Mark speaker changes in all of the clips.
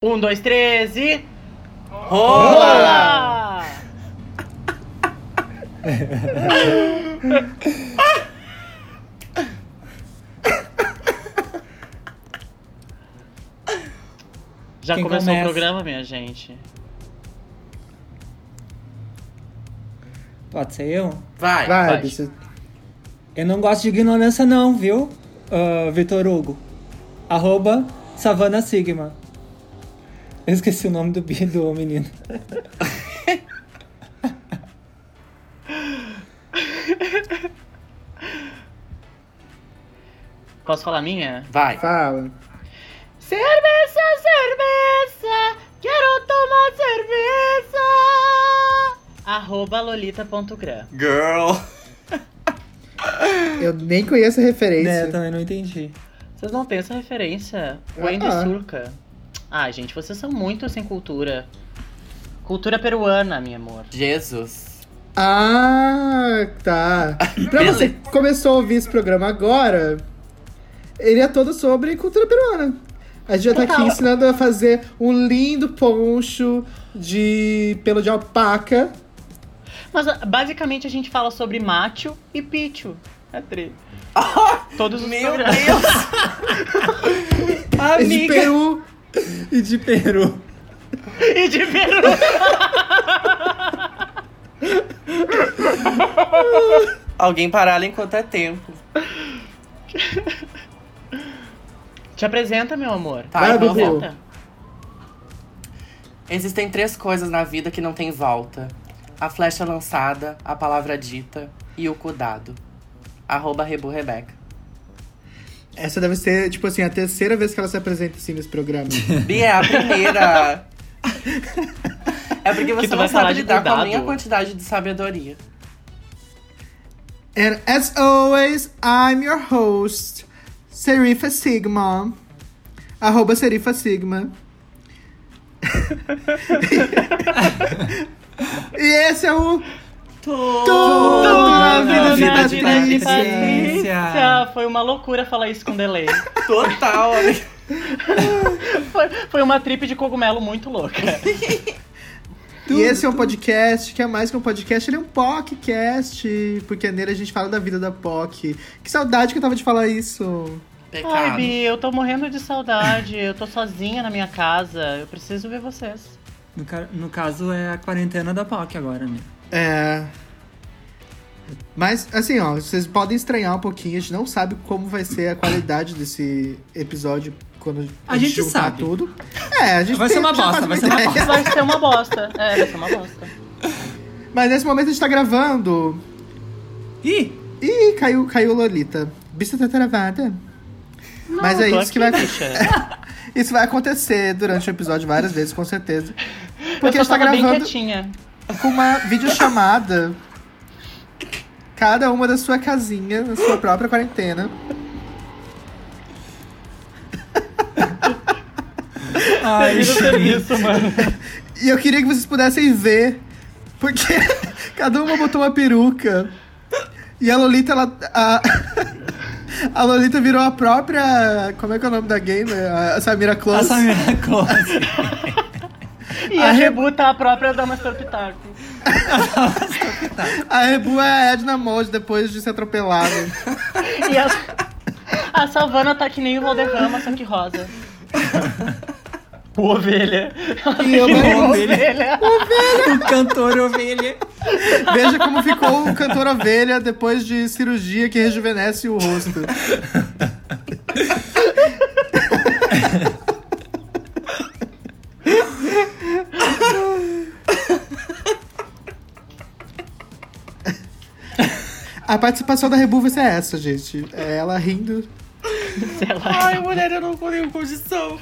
Speaker 1: Um, dois, três e. Rola! Já
Speaker 2: Quem
Speaker 1: começou
Speaker 2: começa?
Speaker 1: o programa, minha gente?
Speaker 2: Pode ser eu?
Speaker 1: Vai!
Speaker 3: Vai,
Speaker 1: vai.
Speaker 3: bicho.
Speaker 2: Eu não gosto de ignorância não, viu? Ah, Vitor Hugo. Arroba Savana Sigma. Eu esqueci o nome do, bi- do menino.
Speaker 1: Posso falar a minha?
Speaker 4: Vai.
Speaker 3: Fala.
Speaker 1: Cerveja, cerveja, quero tomar cerveja. Arroba lolita.gram.
Speaker 4: Girl.
Speaker 3: Eu nem conheço a
Speaker 2: Né,
Speaker 3: referência.
Speaker 2: eu também não entendi.
Speaker 1: Vocês não têm essa referência?
Speaker 3: Ah,
Speaker 1: Wendy
Speaker 3: ah.
Speaker 1: Surca. Ai, gente, vocês são muito sem cultura. Cultura peruana, meu amor.
Speaker 4: Jesus.
Speaker 3: Ah, tá. Pra
Speaker 4: Beleza.
Speaker 3: você que começou a ouvir esse programa agora, ele é todo sobre cultura peruana. A gente já tá aqui
Speaker 1: Total.
Speaker 3: ensinando a fazer um lindo poncho de pelo de alpaca.
Speaker 1: Mas ah, basicamente a gente fala sobre macho e picho. É tri. Todos os
Speaker 4: Meu
Speaker 1: programas.
Speaker 3: E de
Speaker 4: Deus.
Speaker 2: Amiga!
Speaker 3: Peru.
Speaker 2: E de Peru.
Speaker 1: E de peru.
Speaker 4: Alguém parar enquanto é tempo.
Speaker 1: Te apresenta, meu amor.
Speaker 4: Tá,
Speaker 3: Vai,
Speaker 4: então
Speaker 3: Dudu.
Speaker 4: eu vou.
Speaker 1: Apresenta.
Speaker 4: Existem três coisas na vida que não tem volta: a flecha lançada, a palavra dita e o cuidado. Arroba Rebu Rebeca.
Speaker 3: Essa deve ser, tipo assim, a terceira vez que ela se apresenta assim nesse programa.
Speaker 4: Bia, é a primeira. É porque você
Speaker 1: tu
Speaker 4: não
Speaker 1: vai falar
Speaker 4: sabe
Speaker 1: de
Speaker 4: lidar com a
Speaker 1: cuidado.
Speaker 4: minha quantidade de sabedoria.
Speaker 3: And as always, I'm your host, Serifa Sigma. Arroba Serifa Sigma. e esse é o Tudo na
Speaker 1: Tudo na
Speaker 3: Vida da
Speaker 1: vida de
Speaker 3: Patrícia.
Speaker 1: Patrícia. Foi uma loucura falar isso com delay.
Speaker 4: Total, amiga.
Speaker 1: Foi, foi uma trip de cogumelo muito louca.
Speaker 3: E esse é um podcast que é mais que um podcast, ele é um podcast. Porque nele a gente fala da vida da POC. Que saudade que eu tava de falar isso.
Speaker 1: Ai,
Speaker 4: Pecado.
Speaker 1: Bi, eu tô morrendo de saudade. Eu tô sozinha na minha casa. Eu preciso ver vocês.
Speaker 2: No, ca- no caso, é a quarentena da POC agora, né?
Speaker 3: É. Mas, assim, ó, vocês podem estranhar um pouquinho, a gente não sabe como vai ser a qualidade desse episódio quando
Speaker 2: A gente
Speaker 3: juntar
Speaker 2: sabe.
Speaker 3: tudo. É, a gente
Speaker 2: Vai
Speaker 3: tem-
Speaker 2: ser uma
Speaker 3: já faz
Speaker 2: bosta, vai ser uma
Speaker 3: ideia.
Speaker 2: bosta.
Speaker 1: Vai ser uma bosta. É, vai ser uma bosta.
Speaker 3: Mas nesse momento a gente tá gravando.
Speaker 2: Ih!
Speaker 3: Ih, caiu, caiu Lolita. Bicha tá travada. Mas
Speaker 1: Não,
Speaker 3: é
Speaker 1: tô
Speaker 3: isso que
Speaker 1: aqui,
Speaker 3: vai-
Speaker 1: bicha.
Speaker 3: Isso vai acontecer durante o episódio várias vezes, com certeza. Porque a
Speaker 1: eu
Speaker 3: gente
Speaker 1: só
Speaker 3: tá
Speaker 1: tava bem
Speaker 3: gravando
Speaker 1: quietinha.
Speaker 3: com uma videochamada. Cada uma da sua casinha, na sua própria quarentena.
Speaker 2: Ai,
Speaker 1: Termina o serviço, mano.
Speaker 3: E eu queria que vocês pudessem ver, porque cada uma botou uma peruca. E a Lolita, ela. A, a Lolita virou a própria. Como é que é o nome da gamer? A Samira Close.
Speaker 2: Essa minha coisa.
Speaker 1: E
Speaker 3: A
Speaker 1: a
Speaker 3: re-
Speaker 1: Rebu tá a própria Damastor Pitaco.
Speaker 3: A Rebu é a Edna Mode depois de ser atropelada.
Speaker 1: E a... a Savana tá que nem o Valderrama, só que rosa. O ovelha. Ela
Speaker 3: E eu
Speaker 1: tá que nem
Speaker 2: não-
Speaker 1: o ovelha.
Speaker 2: O cantor ovelha.
Speaker 3: Veja como ficou o cantor ovelha depois de cirurgia que rejuvenesce o rosto. A participação da Rebu vai ser essa, gente. É ela rindo.
Speaker 1: Sei lá.
Speaker 4: Ai, mulher, eu não tenho condição.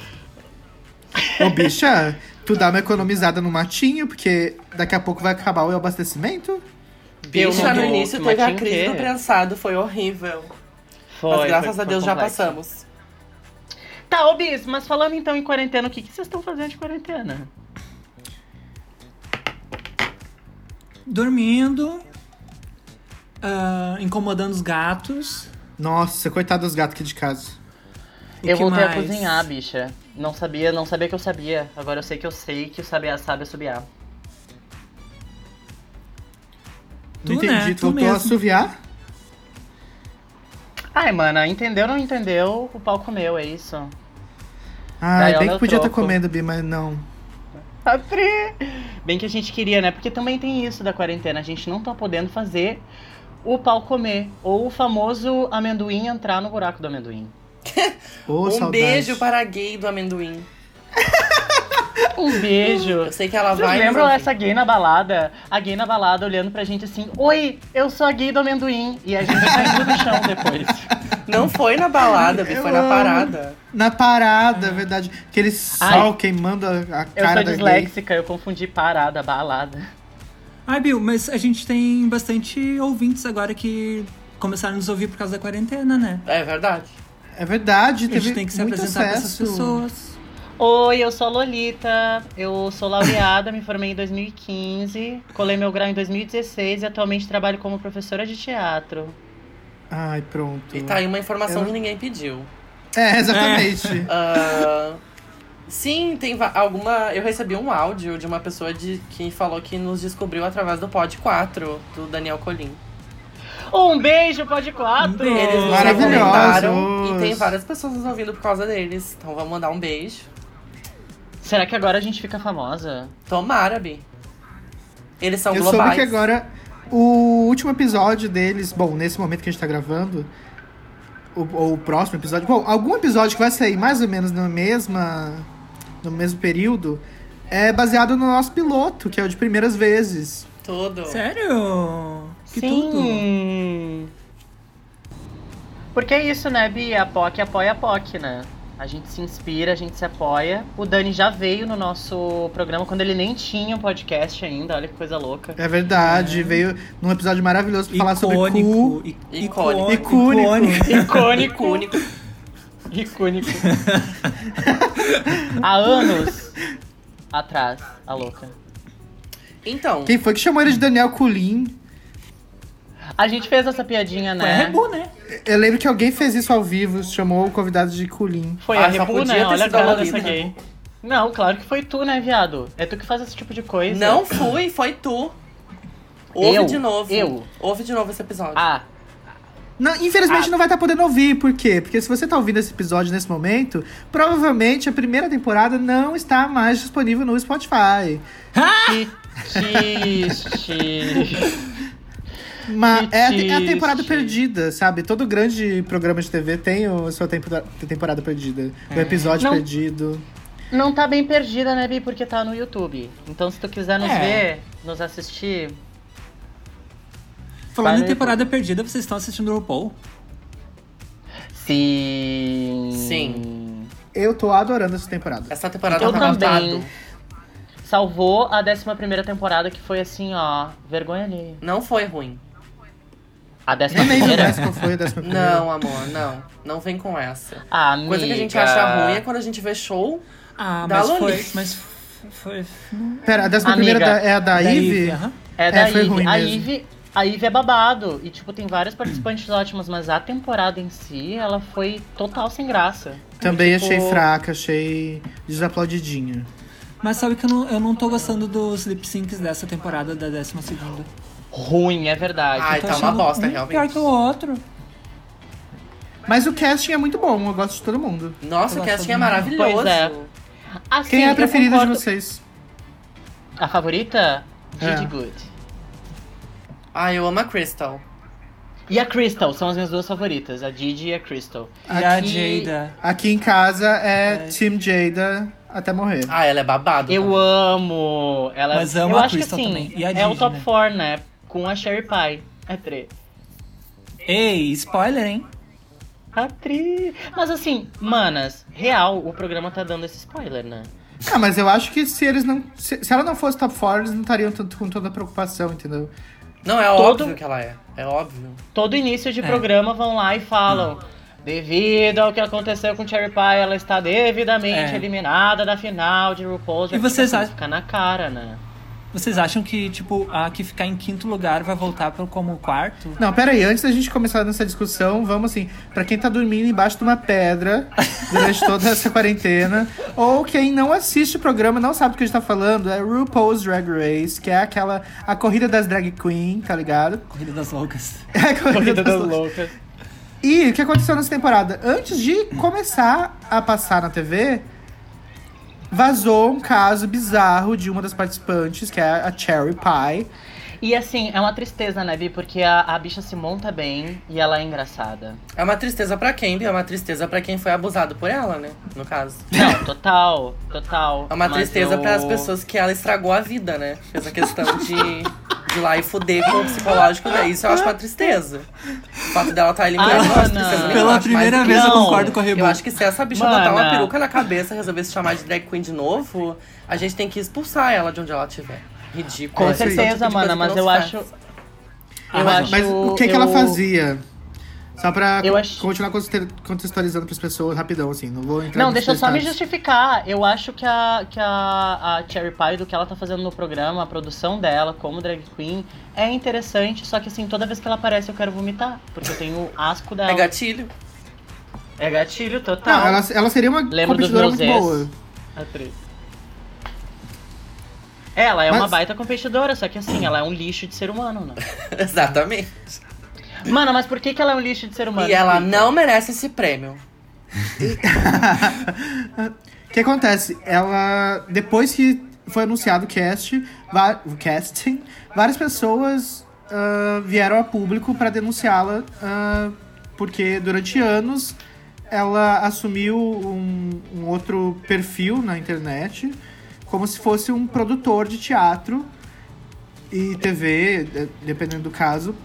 Speaker 3: Ô, bicha, tu dá uma economizada no matinho, porque daqui a pouco vai acabar o abastecimento.
Speaker 1: Eu
Speaker 4: Bicha,
Speaker 1: não
Speaker 4: no
Speaker 1: dou
Speaker 4: início
Speaker 1: um outro
Speaker 4: teve a
Speaker 1: motim
Speaker 4: crise
Speaker 1: que- é.
Speaker 4: do prensado, foi horrível.
Speaker 1: Foi,
Speaker 4: mas graças
Speaker 1: foi-
Speaker 4: a Deus
Speaker 1: foi
Speaker 4: já
Speaker 1: complexo.
Speaker 4: passamos.
Speaker 1: Tá, ô Bis, mas falando então em quarentena, o que, que vocês estão fazendo de quarentena?
Speaker 2: Dormindo. ah, incomodando os gatos.
Speaker 3: Nossa, coitado dos gatos aqui de casa.
Speaker 2: E
Speaker 1: eu
Speaker 2: que
Speaker 1: voltei
Speaker 2: mais?
Speaker 1: a cozinhar, bicha. Não sabia, não sabia que eu sabia. Agora eu sei que eu sei que o sabiá sabe é assobiar.
Speaker 2: Tu,
Speaker 3: não entendi,
Speaker 2: né?
Speaker 3: tu
Speaker 2: Tu
Speaker 3: voltou a
Speaker 2: mesmo.
Speaker 3: assoviar?
Speaker 1: Ai, mana, entendeu ou não entendeu? O pau comeu, é isso.
Speaker 3: Ai,
Speaker 1: Daí
Speaker 3: Ah, bem
Speaker 1: ela
Speaker 3: que podia estar
Speaker 1: troco.
Speaker 3: comendo, Bi, mas não.
Speaker 1: A Ah, Pri! Bem que a gente queria, né? Porque também tem isso da quarentena. A gente não tá podendo fazer o pau comer. Ou o famoso amendoim entrar no buraco do amendoim.
Speaker 3: Ô,
Speaker 4: um
Speaker 3: saudade.
Speaker 4: beijo para a gay do amendoim.
Speaker 1: Um beijo!
Speaker 4: Eu sei que ela
Speaker 1: Vocês
Speaker 4: vai.
Speaker 1: lembram
Speaker 4: mas
Speaker 1: essa gay na balada? A gay na balada olhando pra gente assim, Oi, eu sou a gay do amendoim. E a gente caindo no chão depois.
Speaker 4: enfim. Não foi na balada, Bi,
Speaker 3: Eu
Speaker 4: foi na
Speaker 3: amo.
Speaker 4: parada.
Speaker 3: Na parada, é verdade. Aquele sol queimando a, a
Speaker 1: Eu
Speaker 3: cara
Speaker 1: sou
Speaker 3: da gay.
Speaker 1: disléxica, eu confundi parada, balada.
Speaker 2: Ai, Bill, mas a gente tem bastante ouvintes agora que começaram a nos ouvir por causa da quarentena, né?
Speaker 4: É verdade.
Speaker 3: É verdade,
Speaker 2: A gente
Speaker 3: teve
Speaker 2: tem que se
Speaker 3: muito
Speaker 2: apresentar pra essas
Speaker 3: acesso.
Speaker 2: pessoas.
Speaker 1: Oi, eu sou a Lolita, eu sou laureada, me formei em 2015, colei meu grau em 2016 e atualmente trabalho como professora de teatro.
Speaker 3: Ai, pronto.
Speaker 4: E tá aí uma informação
Speaker 3: Eu-
Speaker 4: que ninguém pediu.
Speaker 3: É, exatamente.
Speaker 4: Ah, sim, tem va- alguma. Eu recebi um áudio de uma pessoa de, que falou que nos descobriu através do Pod 4 do Daniel Colim.
Speaker 1: Um beijo, pode quatro!
Speaker 2: Um beijo.
Speaker 4: Eles nos
Speaker 3: Maravilhosos.
Speaker 4: recomendaram e tem várias pessoas nos ouvindo por causa deles. Então vamos mandar um beijo.
Speaker 1: Será que agora a gente fica famosa?
Speaker 4: Tomara, Bi. Eles são
Speaker 3: Eu soube
Speaker 4: um globais.
Speaker 3: que agora o último episódio deles, bom, nesse momento que a gente tá gravando, ou, ou o próximo episódio, bom, algum episódio que vai sair mais ou menos no mesma no mesmo período, é baseado no nosso piloto, que é o de primeiras vezes.
Speaker 4: Tudo.
Speaker 2: Sério? Que tudo.
Speaker 1: Sim! Porque é isso, né, Bia? A POC apoia a POC, né? A gente se inspira, a gente se apoia. O Dani já veio no nosso programa quando ele nem tinha um podcast ainda, olha que coisa louca.
Speaker 3: É verdade, veio num episódio maravilhoso pra falar sobre cu.
Speaker 2: Icônico. i-
Speaker 4: Icônico.
Speaker 3: Icônico.
Speaker 1: é Icônico!
Speaker 4: Icônico.
Speaker 1: Icônico. Há anos atrás, a louca.
Speaker 4: Então,
Speaker 3: Quem foi que chamou ele de Daniel Culin?
Speaker 1: A gente fez essa piadinha,
Speaker 2: Foi a
Speaker 1: né?
Speaker 2: Rebu, né?
Speaker 3: Eu lembro que alguém fez isso ao vivo, chamou o convidado de Culin.
Speaker 1: Foi
Speaker 4: Ah,
Speaker 1: a
Speaker 4: só
Speaker 1: Rebu,
Speaker 4: podia
Speaker 1: né?
Speaker 4: ter
Speaker 1: Olha a
Speaker 4: sido a
Speaker 1: cara
Speaker 4: Lolita.
Speaker 1: dessa gay. Não, claro que foi tu, né, viado? É tu que faz esse tipo de coisa.
Speaker 4: não fui, foi tu. Ouve
Speaker 1: Eu?
Speaker 4: de novo.
Speaker 1: Eu?
Speaker 4: Ouve de novo esse episódio.
Speaker 1: Ah,
Speaker 3: Não, infelizmente não vai estar podendo ouvir, por quê? Porque se você tá ouvindo esse episódio nesse momento, provavelmente a primeira temporada não está mais disponível no Spotify.
Speaker 1: que triste.
Speaker 3: Mas
Speaker 1: Que
Speaker 3: é, a te- é a
Speaker 1: triste.
Speaker 3: temporada perdida, sabe? Todo grande programa de TV tem o- a sua temporada, temporada perdida, o episódio
Speaker 1: É. Não.
Speaker 3: perdido.
Speaker 1: Não tá bem perdida, né, Bi? Porque tá no YouTube. Então, se tu quiser nos
Speaker 2: É.
Speaker 1: ver, nos assistir,
Speaker 2: Falando em
Speaker 1: Parei.
Speaker 2: temporada perdida, vocês estão assistindo o RuPaul?
Speaker 1: sim.
Speaker 4: Sim.
Speaker 3: Eu tô adorando essa temporada.
Speaker 4: Essa temporada
Speaker 1: então Eu
Speaker 4: tá
Speaker 1: também.
Speaker 4: babado.
Speaker 1: Salvou a 11 temporada, que foi assim, ó, vergonha ali.
Speaker 4: Não foi ruim.
Speaker 1: A
Speaker 3: Nem lembro
Speaker 1: 11
Speaker 3: mais qual foi a décima primeira.
Speaker 4: Não, amor, não. Não vem com essa.
Speaker 1: Ah, amiga.
Speaker 4: Coisa que a gente acha ruim é quando a gente vê show.
Speaker 2: Ah,
Speaker 4: Da
Speaker 2: mas
Speaker 4: Lolita.
Speaker 2: foi. Mas foi.
Speaker 3: Pera, a décima
Speaker 1: Amiga,
Speaker 3: primeira da- é a da,
Speaker 2: da
Speaker 3: Ivy?
Speaker 2: Ivy, aham.
Speaker 1: É da
Speaker 3: É, foi
Speaker 1: Ivy.
Speaker 3: ruim
Speaker 1: a
Speaker 3: mesmo.
Speaker 1: Ivy. A Ivy é babado. E, tipo, tem vários participantes ótimos, mas a temporada em si, ela foi total sem graça.
Speaker 3: Também
Speaker 1: Tipo,
Speaker 3: achei fraca, achei desaplaudidinha.
Speaker 2: Mas sabe que eu não, eu não tô gostando dos lip syncs dessa temporada da 12 segunda.
Speaker 1: Ruim, é verdade.
Speaker 4: Ai,
Speaker 2: Tô
Speaker 4: tá uma
Speaker 2: achando
Speaker 4: bosta,
Speaker 2: um
Speaker 4: realmente.
Speaker 2: Pior que o outro.
Speaker 3: Mas o casting é muito bom, eu gosto de todo mundo.
Speaker 4: Nossa,
Speaker 2: Eu
Speaker 4: o
Speaker 2: gosto
Speaker 4: casting é
Speaker 2: muito.
Speaker 4: maravilhoso.
Speaker 1: Pois é. Assim,
Speaker 3: Quem é a
Speaker 1: eu
Speaker 3: preferida
Speaker 1: concordo-
Speaker 3: de vocês?
Speaker 1: A favorita?
Speaker 3: É.
Speaker 1: Judy Good.
Speaker 4: Ai, Ah, eu amo a Crystal.
Speaker 1: E a Crystal, são as minhas duas favoritas, a Didi e a Crystal.
Speaker 2: E a
Speaker 1: Aqui-
Speaker 2: Jada.
Speaker 3: Aqui em casa é, Team Jada até morrer.
Speaker 4: Ah, ela é babado.
Speaker 1: Eu
Speaker 4: também.
Speaker 1: amo ela.
Speaker 2: Mas amo
Speaker 1: eu
Speaker 2: a
Speaker 1: acho
Speaker 2: Crystal
Speaker 1: que assim,
Speaker 2: também. E a
Speaker 1: é
Speaker 2: Didi,
Speaker 1: o top
Speaker 2: né?
Speaker 1: 4, né? Com a Sherry Pie. É três.
Speaker 2: Ei, spoiler, hein?
Speaker 1: A tri. Mas assim, manas, real, o programa tá dando esse spoiler, né?
Speaker 3: Ah, mas eu acho que se eles não. Se, se ela não fosse top 4, eles não estariam tanto com toda a preocupação, entendeu?
Speaker 4: Não, é
Speaker 1: Todo-
Speaker 4: óbvio que ela é. É óbvio.
Speaker 1: Todo início de programa vão lá e falam. Devido ao que aconteceu com Cherry Pie, ela está devidamente
Speaker 2: É.
Speaker 1: eliminada da final de RuPaul's
Speaker 2: E vocês
Speaker 1: Drag Race".
Speaker 2: acham-
Speaker 1: Fica na cara, né?
Speaker 2: Vocês acham que, tipo, a que ficar em quinto lugar vai voltar pro, como quarto?
Speaker 3: Não, pera aí, antes da gente começar nessa discussão, vamos assim, pra quem tá dormindo embaixo de uma pedra durante toda essa quarentena, ou quem não assiste o programa, não sabe do que a gente tá falando, é RuPaul's Drag Race, que é aquela a corrida das drag queen, tá ligado?
Speaker 2: Corrida das Loucas.
Speaker 3: É a corrida,
Speaker 1: Corrida
Speaker 3: das
Speaker 1: das
Speaker 3: loucas.
Speaker 1: Loucas.
Speaker 3: E o que aconteceu nessa temporada? Antes de começar a passar na TV, vazou um caso bizarro de uma das participantes, que é a Cherry Pie.
Speaker 1: E assim, é uma tristeza, né, Bi? Porque a, a bicha se monta bem e ela é engraçada.
Speaker 4: É uma tristeza pra quem, Bia? É uma tristeza pra quem foi abusado por ela, né? No caso.
Speaker 1: Não, total, total.
Speaker 4: É uma
Speaker 1: Mas
Speaker 4: tristeza
Speaker 1: eu-
Speaker 4: pras pessoas que ela estragou a vida, né? Fez a questão de, de ir lá e fuder com o psicológico dela. Isso eu acho uma tristeza. O fato dela tá estar eliminada,
Speaker 1: Ah,
Speaker 4: eu não acho
Speaker 1: não.
Speaker 4: tristeza nenhuma, eu
Speaker 2: Pela
Speaker 4: acho mais
Speaker 2: primeira
Speaker 4: incrível.
Speaker 2: vez eu
Speaker 1: Não,
Speaker 2: concordo com a Rebu.
Speaker 4: Eu acho que se essa bicha
Speaker 1: Mana.
Speaker 4: botar uma peruca na cabeça e resolver se chamar de drag queen de novo, a gente tem que expulsar ela de onde ela estiver.
Speaker 1: Com
Speaker 4: Ridículo. tipo
Speaker 1: certeza, mana, mas eu acho. Eu
Speaker 3: mas,
Speaker 1: acho.
Speaker 3: mas o que, que ela
Speaker 1: eu-
Speaker 3: fazia? Só pra
Speaker 1: Eu
Speaker 3: co-
Speaker 1: acho-
Speaker 3: continuar conte- contextualizando pras pessoas rapidão, assim. Não vou entrar
Speaker 1: Não,
Speaker 3: nos
Speaker 1: deixa eu só me
Speaker 3: detalhes.
Speaker 1: justificar. Eu acho que a, que a, a Cherry Pie, do que ela tá fazendo no programa, a produção dela como drag queen, é interessante, só que assim, toda vez que ela aparece eu quero vomitar, porque eu tenho asco dela.
Speaker 4: É gatilho.
Speaker 1: É gatilho total.
Speaker 3: Não, ela, ela seria uma
Speaker 1: Lembro dos
Speaker 3: competidora
Speaker 1: meus
Speaker 3: muito
Speaker 1: ex.
Speaker 3: boa.
Speaker 1: Atriz. Ela é uma
Speaker 3: Mas-
Speaker 1: baita competidora, só que assim, ela é um lixo de ser humano, né?
Speaker 4: Exatamente.
Speaker 1: Mano, mas por que, que ela é um lixo de ser humano?
Speaker 4: E ela
Speaker 1: Explica.
Speaker 4: não merece esse prêmio.
Speaker 3: O que acontece? Ela. Depois que foi anunciado o cast, va- o casting, várias pessoas ah, vieram a público para denunciá-la, ah, porque durante anos ela assumiu um, um outro perfil na internet, como se fosse um produtor de teatro e TV, de- dependendo do caso.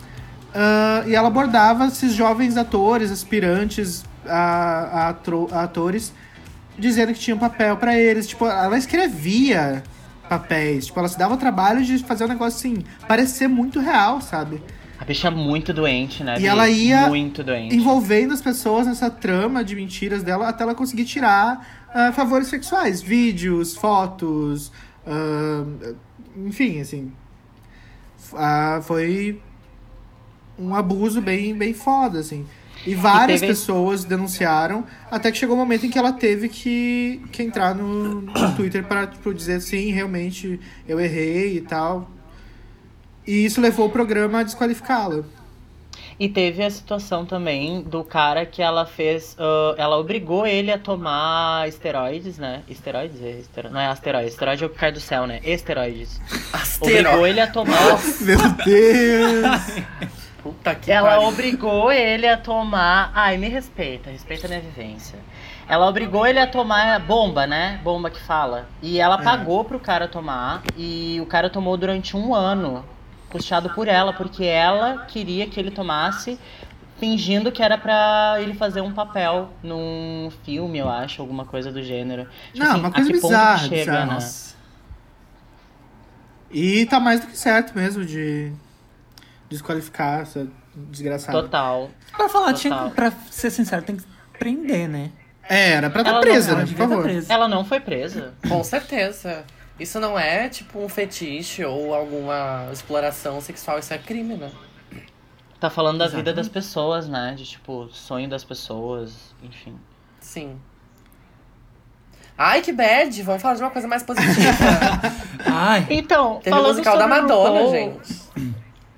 Speaker 3: Ah, e ela abordava esses jovens atores, aspirantes a, a atro- a atores, dizendo que tinha um papel pra eles. Tipo, ela escrevia papéis. Tipo, ela se dava o trabalho de fazer um negócio assim, parecer muito real, sabe?
Speaker 1: A bicha é muito doente, né?
Speaker 3: E
Speaker 1: Bi?
Speaker 3: ela ia
Speaker 1: Muito doente.
Speaker 3: Envolvendo as pessoas nessa trama de mentiras dela até ela conseguir tirar ah, favores sexuais, vídeos, fotos, ah, enfim, assim. Ah, foi um abuso bem, bem foda, assim. E várias
Speaker 1: teve-
Speaker 3: pessoas denunciaram, até que chegou o momento em que ela teve que, que entrar no, no Twitter para tipo, dizer sim, realmente eu errei e tal. E isso levou o programa a desqualificá-la.
Speaker 1: E teve a situação também do cara que ela fez. ah, ela obrigou ele a tomar esteroides, né? Esteroides? É estero... Não é asteroides. Esteroide é o que cai do céu, né? Esteroides. Obrigou
Speaker 4: Astero.
Speaker 1: ele a tomar.
Speaker 3: Meu Deus!
Speaker 4: Puta que
Speaker 1: Ela
Speaker 4: pariu.
Speaker 1: obrigou ele a tomar. Ai, me respeita, respeita a minha vivência. Ela obrigou ele a tomar bomba, né? Bomba que fala. E ela
Speaker 3: É.
Speaker 1: pagou pro cara tomar. E o cara tomou durante um ano, custeado por ela, porque ela queria que ele tomasse, fingindo que era pra ele fazer um papel num filme, eu acho, alguma coisa do gênero. Tipo
Speaker 3: Não, é
Speaker 1: assim,
Speaker 3: uma
Speaker 1: a
Speaker 3: coisa
Speaker 1: que ponto que
Speaker 3: bizarra,
Speaker 1: chega,
Speaker 3: bizarra.
Speaker 1: né?
Speaker 3: Nossa. E tá mais do que certo mesmo de desqualificar essa desgraçada.
Speaker 1: Total.
Speaker 2: Pra falar, tinha,
Speaker 1: Total.
Speaker 2: pra ser sincero, tem que prender, né?
Speaker 3: É, era pra estar
Speaker 1: Ela não
Speaker 3: presa, né?
Speaker 2: Ela
Speaker 3: Por
Speaker 2: devia tá
Speaker 3: favor.
Speaker 2: presa.
Speaker 1: Ela não foi presa.
Speaker 4: Com certeza. Isso não é tipo um fetiche ou alguma exploração sexual, isso é crime, né?
Speaker 1: Tá falando da vida das pessoas, né? De tipo, sonho das pessoas, enfim.
Speaker 4: Sim. Ai, que bad! Vamos falar de uma coisa mais positiva.
Speaker 2: Ai,
Speaker 1: Então,
Speaker 4: Teve o
Speaker 1: falando
Speaker 4: musical da
Speaker 1: sobre o
Speaker 4: Madonna,
Speaker 1: RuPaul,
Speaker 4: gente.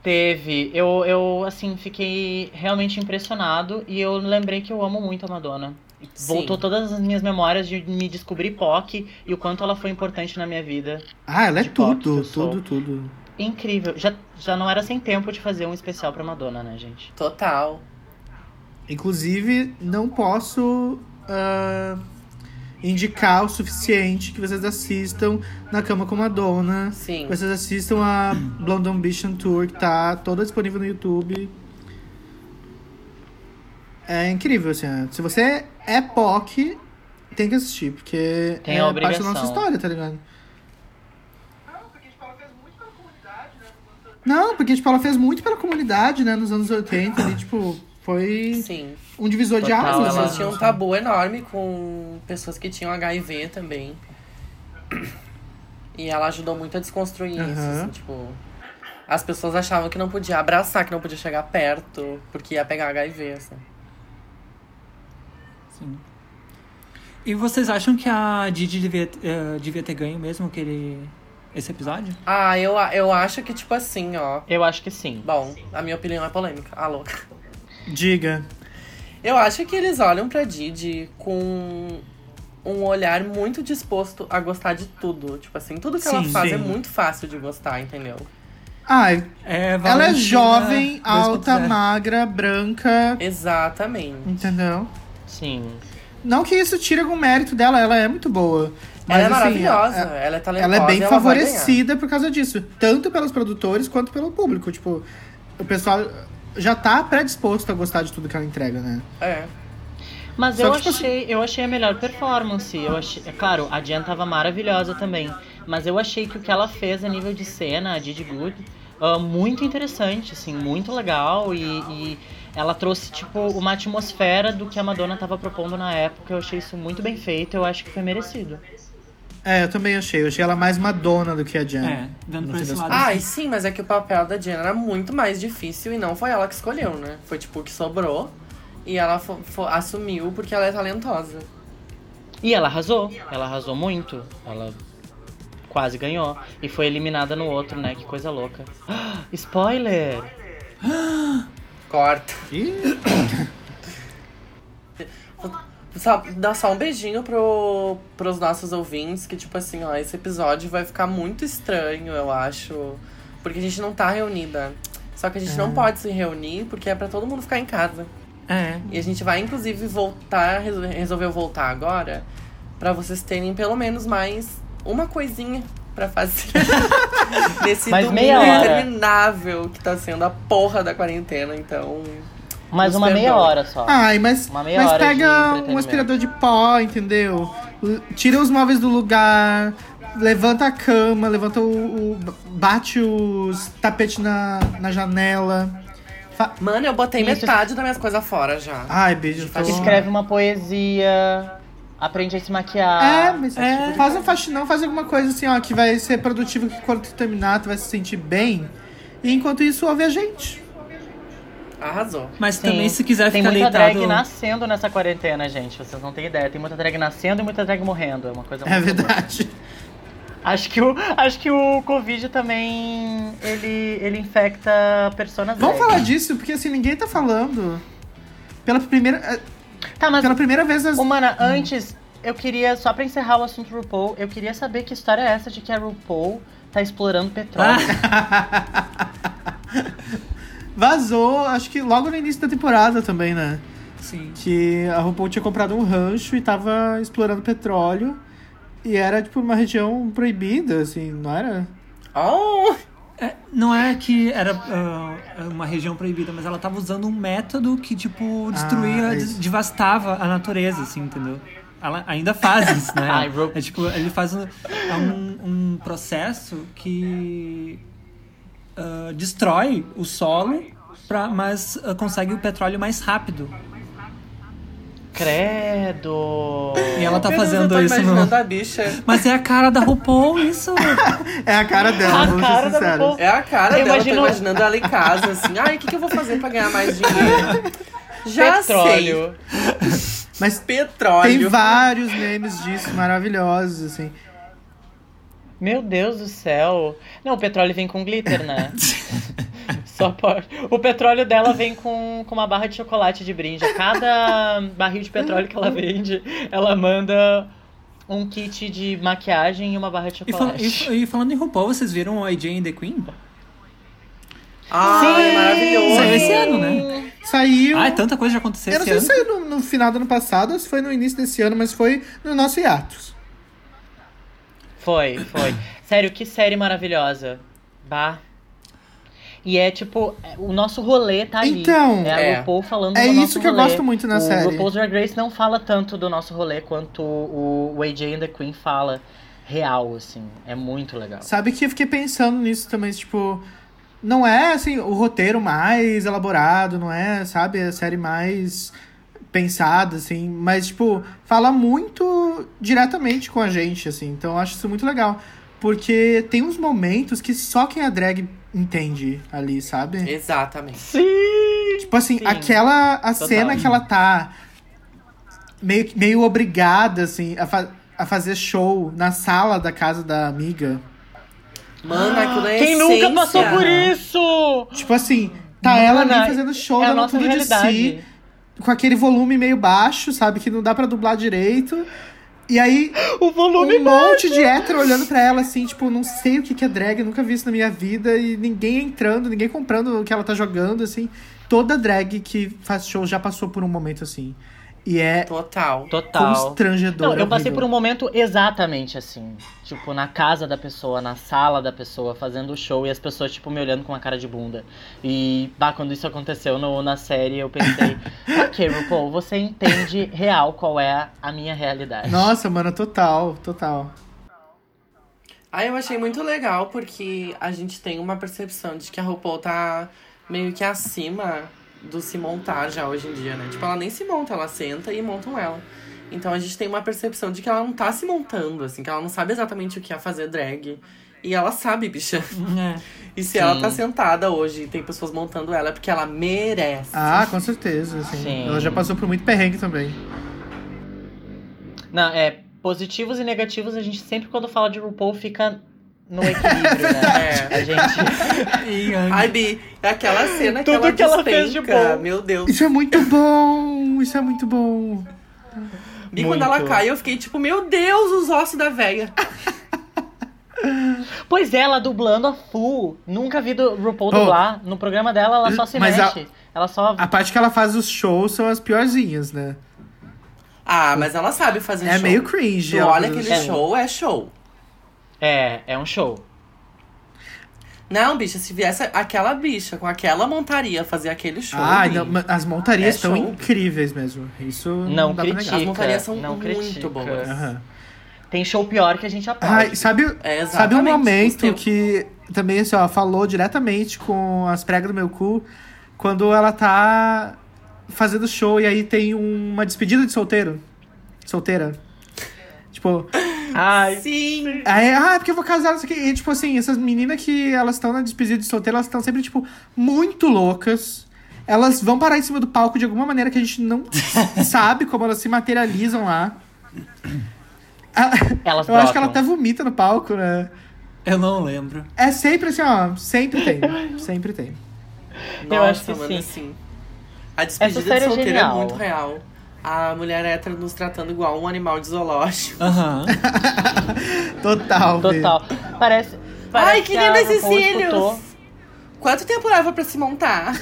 Speaker 1: Teve. Eu, eu, assim, fiquei realmente impressionado e eu lembrei que eu amo muito a Madonna.
Speaker 4: Sim.
Speaker 1: Voltou todas as minhas memórias de me descobrir POC e o quanto ela foi importante na minha vida.
Speaker 3: Ah, ela é
Speaker 1: De pop,
Speaker 3: tudo,
Speaker 1: pessoal.
Speaker 3: tudo, tudo.
Speaker 1: Incrível. Já, já não era sem tempo de fazer um especial pra Madonna, né, gente?
Speaker 4: Total.
Speaker 3: Inclusive, não posso ah, indicar o suficiente que vocês assistam Na Cama com Madonna.
Speaker 4: Sim.
Speaker 3: Vocês assistam a Blonde Ambition Tour, que tá toda disponível no YouTube. É incrível, assim. né? Se você é POC, tem que assistir, porque
Speaker 1: Tem
Speaker 3: é
Speaker 1: a
Speaker 3: parte da
Speaker 1: obrigação.
Speaker 3: nossa história, tá ligado? Não, porque, tipo, ela fez muito pela comunidade, né? Nos anos 80, ali, tipo, foi
Speaker 4: Sim.
Speaker 3: um divisor de
Speaker 1: Total,
Speaker 3: águas.
Speaker 1: ela-
Speaker 3: né?
Speaker 4: Elas tinham um tabu enorme com pessoas que tinham HIV também. E ela ajudou muito a desconstruir isso,
Speaker 3: Aham.
Speaker 4: assim, tipo. As pessoas achavam que não podia abraçar, que não podia chegar perto, porque ia pegar HIV, assim.
Speaker 2: Sim. E vocês acham que a Didi devia, eh, devia ter ganho mesmo aquele, esse episódio?
Speaker 4: Ah, eu, a- eu acho que, tipo assim, ó.
Speaker 1: Eu acho que sim.
Speaker 4: Bom, a minha opinião é polêmica. Ah, louca.
Speaker 3: Diga.
Speaker 4: Eu acho que eles olham pra Didi com um olhar muito disposto a gostar de tudo. Tipo assim, tudo que ela
Speaker 2: Sim,
Speaker 4: faz
Speaker 3: sim.
Speaker 4: é muito fácil de gostar, entendeu?
Speaker 3: Ai,
Speaker 2: É,
Speaker 3: ela é
Speaker 2: Valentina
Speaker 3: jovem, alta,
Speaker 2: 2.0.
Speaker 3: magra, branca,
Speaker 4: Exatamente.
Speaker 3: entendeu?
Speaker 1: Sim.
Speaker 3: Não que isso tire algum mérito dela, ela é muito boa. Mas,
Speaker 4: ela é
Speaker 3: assim,
Speaker 4: maravilhosa,
Speaker 3: a-
Speaker 4: ela é talentosa.
Speaker 3: Ela é bem
Speaker 4: vai
Speaker 3: favorecida por causa disso. Tanto pelos produtores quanto pelo público. Tipo, o pessoal já tá predisposto a gostar de tudo que ela entrega, né?
Speaker 4: ganhar. É.
Speaker 1: Mas
Speaker 3: Só
Speaker 1: eu
Speaker 3: que, tipo
Speaker 1: achei, eu achei a melhor performance. Eu achei, é claro, a Jan tava maravilhosa também, mas eu achei que o que ela fez a nível de cena, a Didi Good, ah, muito interessante, assim, muito legal e, e ela trouxe tipo uma atmosfera do que a Madonna tava propondo na época. Eu achei isso muito bem feito. Eu acho que foi merecido.
Speaker 3: É, eu também achei. Eu achei ela mais Madonna do que a Jan.
Speaker 2: É, vendo por esse lado.
Speaker 3: assim.
Speaker 4: Ai, sim, mas é que o papel da Jenna era muito mais difícil e não foi ela que escolheu, né? Foi tipo o que sobrou e ela fo- fo- assumiu porque ela é talentosa.
Speaker 1: E ela arrasou, ela arrasou muito. Ela quase ganhou e foi eliminada no outro, né? Que coisa louca. Ah, spoiler!
Speaker 4: Corta.
Speaker 3: Ih,
Speaker 4: Só, dá só um beijinho pro, pros nossos ouvintes, que tipo assim, ó, esse episódio vai ficar muito estranho, eu acho. Porque a gente não tá reunida. Só que a gente não
Speaker 3: É.
Speaker 4: pode se reunir, porque é pra todo mundo ficar em casa.
Speaker 2: É.
Speaker 4: E a gente vai, inclusive, voltar, resol- resolveu voltar agora, pra vocês terem pelo menos mais uma coisinha pra fazer. Nesse
Speaker 1: Mais
Speaker 4: domingo
Speaker 1: meia hora.
Speaker 4: interminável que tá sendo a porra da quarentena, então.
Speaker 1: Mais
Speaker 4: Nos
Speaker 1: uma meia
Speaker 4: perdoe.
Speaker 1: hora só.
Speaker 3: Ai, mas,
Speaker 1: Uma meia
Speaker 3: mas
Speaker 1: hora de
Speaker 3: pega um
Speaker 1: entretenimento.
Speaker 3: aspirador de pó, entendeu? L- Tira os móveis do lugar, levanta a cama, levanta o. o- bate os tapetes na, na janela. Fa-
Speaker 4: Mano, eu botei
Speaker 1: Isso.
Speaker 4: metade das minhas coisas fora já.
Speaker 3: Ai, beijo. Tô...
Speaker 1: Escreve uma poesia, aprende a se
Speaker 3: É,
Speaker 1: maquiar.
Speaker 3: mas
Speaker 2: É.
Speaker 3: faz um faxinão, faz alguma coisa assim, ó, que vai ser produtivo, que quando tu terminar, tu vai se sentir bem. E enquanto isso, ouve a gente.
Speaker 4: Arrasou.
Speaker 2: Mas
Speaker 1: Sim.
Speaker 2: também se quiser
Speaker 1: Tem
Speaker 2: ficar
Speaker 1: muita
Speaker 2: deitado.
Speaker 1: drag nascendo nessa quarentena, gente. Vocês não têm ideia. Tem muita drag nascendo e muita drag morrendo. É uma coisa muito
Speaker 3: É
Speaker 1: louca.
Speaker 3: verdade.
Speaker 1: Acho que o, acho que o Covid também ele, ele infecta personas
Speaker 3: Vamos
Speaker 1: drag.
Speaker 3: falar disso, porque assim, ninguém tá falando. Pela primeira, eh,
Speaker 1: Tá, mas,
Speaker 3: pela primeira vez nas.
Speaker 1: ô, mana, antes, eu queria, só pra encerrar o assunto RuPaul, eu queria saber que história é essa de que a RuPaul tá explorando petróleo.
Speaker 3: Vazou, acho que logo no início da temporada também, né?
Speaker 2: Sim.
Speaker 3: Que a RuPaul tinha comprado um rancho e tava explorando petróleo. E era, tipo, uma região proibida, assim, não era?
Speaker 4: Oh!
Speaker 2: É, não é que era ah, uma região proibida, mas ela tava usando um método que, tipo, destruía,
Speaker 3: é
Speaker 2: de-
Speaker 3: isso.
Speaker 2: devastava a natureza, assim, entendeu? Ela ainda faz isso, né?
Speaker 1: Ai, bro.
Speaker 2: É tipo, ele faz um, é um, um processo que ah, destrói o solo, pra, mas ah, consegue o petróleo mais rápido.
Speaker 3: Ah.
Speaker 1: Credo!
Speaker 2: E ela tá
Speaker 4: Meu Deus,
Speaker 2: fazendo
Speaker 4: eu tô
Speaker 2: isso no...
Speaker 4: imaginando a bicha.
Speaker 2: Mas é a cara da RuPaul, isso.
Speaker 3: É a cara dela,
Speaker 1: A
Speaker 3: vamos
Speaker 1: cara
Speaker 3: ser
Speaker 1: da
Speaker 3: sinceros.
Speaker 1: RuPaul.
Speaker 4: É a cara
Speaker 1: Eu
Speaker 4: dela,
Speaker 1: imagino-
Speaker 4: eu tô imaginando ela em casa, assim. Ai, o que, que eu vou fazer pra ganhar mais dinheiro? Já
Speaker 1: Petróleo.
Speaker 3: Mas
Speaker 4: sei. Petróleo.
Speaker 3: Tem vários memes disso maravilhosos, assim.
Speaker 1: Meu Deus do céu. Não, o petróleo vem com glitter, né? Só pode. O petróleo dela vem com, com uma barra de chocolate de brinde. A Cada barril de petróleo que ela vende, ela manda um kit de maquiagem e uma barra de
Speaker 2: E, fala-
Speaker 1: chocolate.
Speaker 2: e fa- e falando em RuPaul, vocês viram o AJ and the Queen?
Speaker 4: Ai,
Speaker 1: Sim!
Speaker 4: maravilhoso.
Speaker 2: Saiu esse ano, né?
Speaker 3: Saiu.
Speaker 2: Ai, tanta coisa já aconteceu
Speaker 3: eu não
Speaker 2: esse
Speaker 3: sei
Speaker 2: ano.
Speaker 3: se saiu no, no final do ano passado ou se foi no início desse ano, mas foi no nosso hiatus.
Speaker 1: Foi, foi. Sério, que série maravilhosa. Bah. E é tipo, é- o nosso rolê tá ali.
Speaker 3: Então,
Speaker 1: é a
Speaker 4: é.
Speaker 1: RuPaul falando
Speaker 3: É
Speaker 1: do
Speaker 3: isso
Speaker 1: nosso
Speaker 3: que eu
Speaker 1: rolê.
Speaker 3: gosto muito na
Speaker 1: o
Speaker 3: série.
Speaker 1: RuPaul's Drag Race não fala tanto do nosso rolê quanto o, o AJ and the Queen fala real, assim. É muito legal.
Speaker 3: Sabe que eu fiquei pensando nisso também, tipo, não é assim o roteiro mais elaborado, não é, sabe, a série mais pensada assim, mas tipo, fala muito diretamente com a gente assim. Então eu acho isso muito legal. Porque tem uns momentos que só quem é drag entende ali, sabe?
Speaker 4: Exatamente.
Speaker 1: Sim!
Speaker 3: Tipo assim,
Speaker 1: Sim.
Speaker 3: aquela a
Speaker 1: Total.
Speaker 3: cena que ela tá meio, que- meio obrigada, assim, a, fa- a fazer show na sala da casa da amiga.
Speaker 4: Mano, aquilo é
Speaker 1: Quem
Speaker 4: essência.
Speaker 1: nunca passou por isso?
Speaker 3: Tipo assim, tá
Speaker 1: Mano,
Speaker 3: ela ali
Speaker 1: é-
Speaker 3: fazendo show,
Speaker 1: é a
Speaker 3: dando
Speaker 1: nossa
Speaker 3: tudo de
Speaker 1: realidade.
Speaker 3: si, com aquele volume meio baixo, sabe? Que não dá pra dublar direito. E aí,
Speaker 1: O volume
Speaker 3: um monte de hétero olhando pra ela assim, tipo, não sei o que que é drag, nunca vi isso na minha vida, e ninguém entrando, ninguém comprando o que ela tá jogando, assim. Toda drag que faz show já passou por um momento assim. E é
Speaker 4: Total.
Speaker 1: Total.
Speaker 3: constrangedor. é
Speaker 1: Não, eu passei
Speaker 3: horrível.
Speaker 1: por um momento exatamente assim. Tipo, na casa da pessoa, na sala da pessoa, fazendo o show e as pessoas, tipo, me olhando com uma cara de bunda. E, bah, quando isso aconteceu no- na série, eu pensei, ok, RuPaul, você entende real qual é a minha realidade.
Speaker 3: Nossa, mano, total, total.
Speaker 4: Aí eu achei muito legal, porque a gente tem uma percepção de que a RuPaul tá meio que acima do se montar já hoje em dia, né? Tipo, ela nem se monta, ela senta e montam ela. Então a gente tem uma percepção de que ela não tá se montando, assim, que ela não sabe exatamente o que é fazer drag. E ela sabe, bicha. E se ela
Speaker 1: Sim.
Speaker 4: tá sentada hoje e tem pessoas montando ela, é porque ela merece.
Speaker 3: Ah, com certeza, assim.
Speaker 1: Sim.
Speaker 3: Ela já passou por muito perrengue também.
Speaker 1: Não, é, positivos e negativos, a gente sempre, quando fala de RuPaul, fica no equilíbrio, né?
Speaker 4: É.
Speaker 1: A gente...
Speaker 4: Ai, Bi, é aquela cena que
Speaker 1: Tudo
Speaker 4: ela
Speaker 1: que ela fez de
Speaker 4: despenca.
Speaker 1: bom.
Speaker 4: Meu Deus.
Speaker 3: Isso é muito bom! Isso é muito bom!
Speaker 4: E quando ela
Speaker 1: Muito.
Speaker 4: cai, eu fiquei tipo, meu Deus, os ossos da velha.
Speaker 1: Pois é, ela dublando a full. Nunca vi do RuPaul
Speaker 3: Oh.
Speaker 1: dublar. No programa dela, ela só se
Speaker 3: Mas a-
Speaker 1: mexe. Ela só
Speaker 3: A parte que ela faz os shows são as piorzinhas, né?
Speaker 4: Ah, mas ela sabe fazer
Speaker 3: É
Speaker 4: show.
Speaker 3: meio cringe.
Speaker 4: Tu
Speaker 3: ela
Speaker 4: olha
Speaker 3: fazer
Speaker 4: aquele
Speaker 1: show.
Speaker 4: show, é show.
Speaker 1: É, é um show.
Speaker 4: Não, bicha, se viesse aquela bicha com aquela montaria fazer aquele show.
Speaker 3: Ah,
Speaker 4: Bi,
Speaker 3: não, mas as montarias
Speaker 4: É
Speaker 3: estão
Speaker 4: show.
Speaker 3: incríveis mesmo. Isso não,
Speaker 1: Não
Speaker 3: dá pra
Speaker 1: critica.
Speaker 4: As
Speaker 3: negar.
Speaker 4: montarias são
Speaker 1: não
Speaker 4: muito
Speaker 1: critica.
Speaker 4: boas.
Speaker 3: Aham.
Speaker 1: Tem show pior que a gente aplaude.
Speaker 3: Ai, sabe,
Speaker 4: É, exatamente,
Speaker 3: sabe um momento
Speaker 4: gostei.
Speaker 3: que também assim, ó, falou diretamente com as pregas do meu cu quando ela tá fazendo show e aí tem uma despedida de solteiro. Solteira. Tipo,
Speaker 1: Ai,
Speaker 4: Sim.
Speaker 3: Aí, ah, é porque eu vou casar, não sei o quê. E, tipo assim, essas meninas que elas estão na despedida de solteiro, elas estão sempre, tipo, muito loucas. Elas vão parar em cima do palco de alguma maneira que a gente não sabe como elas se materializam lá. Ah,
Speaker 1: elas
Speaker 3: Eu acho que
Speaker 1: brotam.
Speaker 3: ela até vomita no palco, né?
Speaker 2: Eu não lembro.
Speaker 3: É sempre assim, ó. Sempre tem. Sempre tem.
Speaker 1: Eu
Speaker 4: Nossa,
Speaker 1: acho que
Speaker 4: mano,
Speaker 1: sim.
Speaker 4: assim, A
Speaker 1: Essa
Speaker 4: despedida
Speaker 1: série
Speaker 4: de
Speaker 1: é
Speaker 4: solteiro é,
Speaker 1: genial.
Speaker 4: muito real. A mulher hétero nos tratando igual um animal de zoológico.
Speaker 2: Aham.
Speaker 3: Total. Bê.
Speaker 1: Total. Parece.
Speaker 4: Ai,
Speaker 1: parece
Speaker 4: que linda
Speaker 1: a
Speaker 4: esses
Speaker 1: RuPaul
Speaker 4: cílios!
Speaker 1: escutou-
Speaker 4: Quanto tempo leva pra se montar?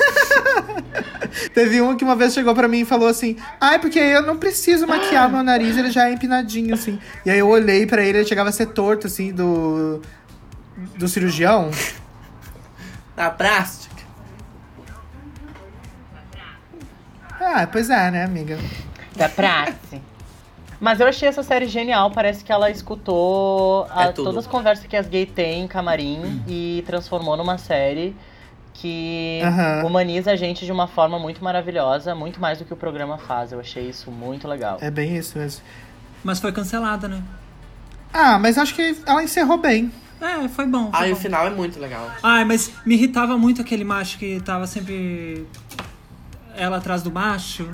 Speaker 3: Teve uma que uma vez chegou pra mim e falou assim: Ai, porque eu não preciso maquiar meu nariz, ele já é empinadinho, assim. E aí eu olhei pra ele, ele chegava a ser torto, assim, do. do cirurgião.
Speaker 4: Na plástica?
Speaker 3: Ah, pois é, né, amiga?
Speaker 1: Da Praxe. Mas eu achei essa série genial. Parece que ela escutou a-
Speaker 4: É tudo.
Speaker 1: todas as conversas que as gays têm em camarim e transformou numa série que
Speaker 3: Aham.
Speaker 1: humaniza a gente de uma forma muito maravilhosa, muito mais do que o programa faz. Eu achei isso muito legal.
Speaker 3: É bem isso mesmo.
Speaker 2: Mas foi cancelada, né?
Speaker 3: Ah, mas acho que ela encerrou bem.
Speaker 2: É, foi bom.
Speaker 1: Tá
Speaker 2: Foi
Speaker 4: Ai, o
Speaker 2: bom.
Speaker 4: final é muito legal.
Speaker 2: Ai, mas me irritava muito aquele macho que tava sempre. Ela atrás do macho.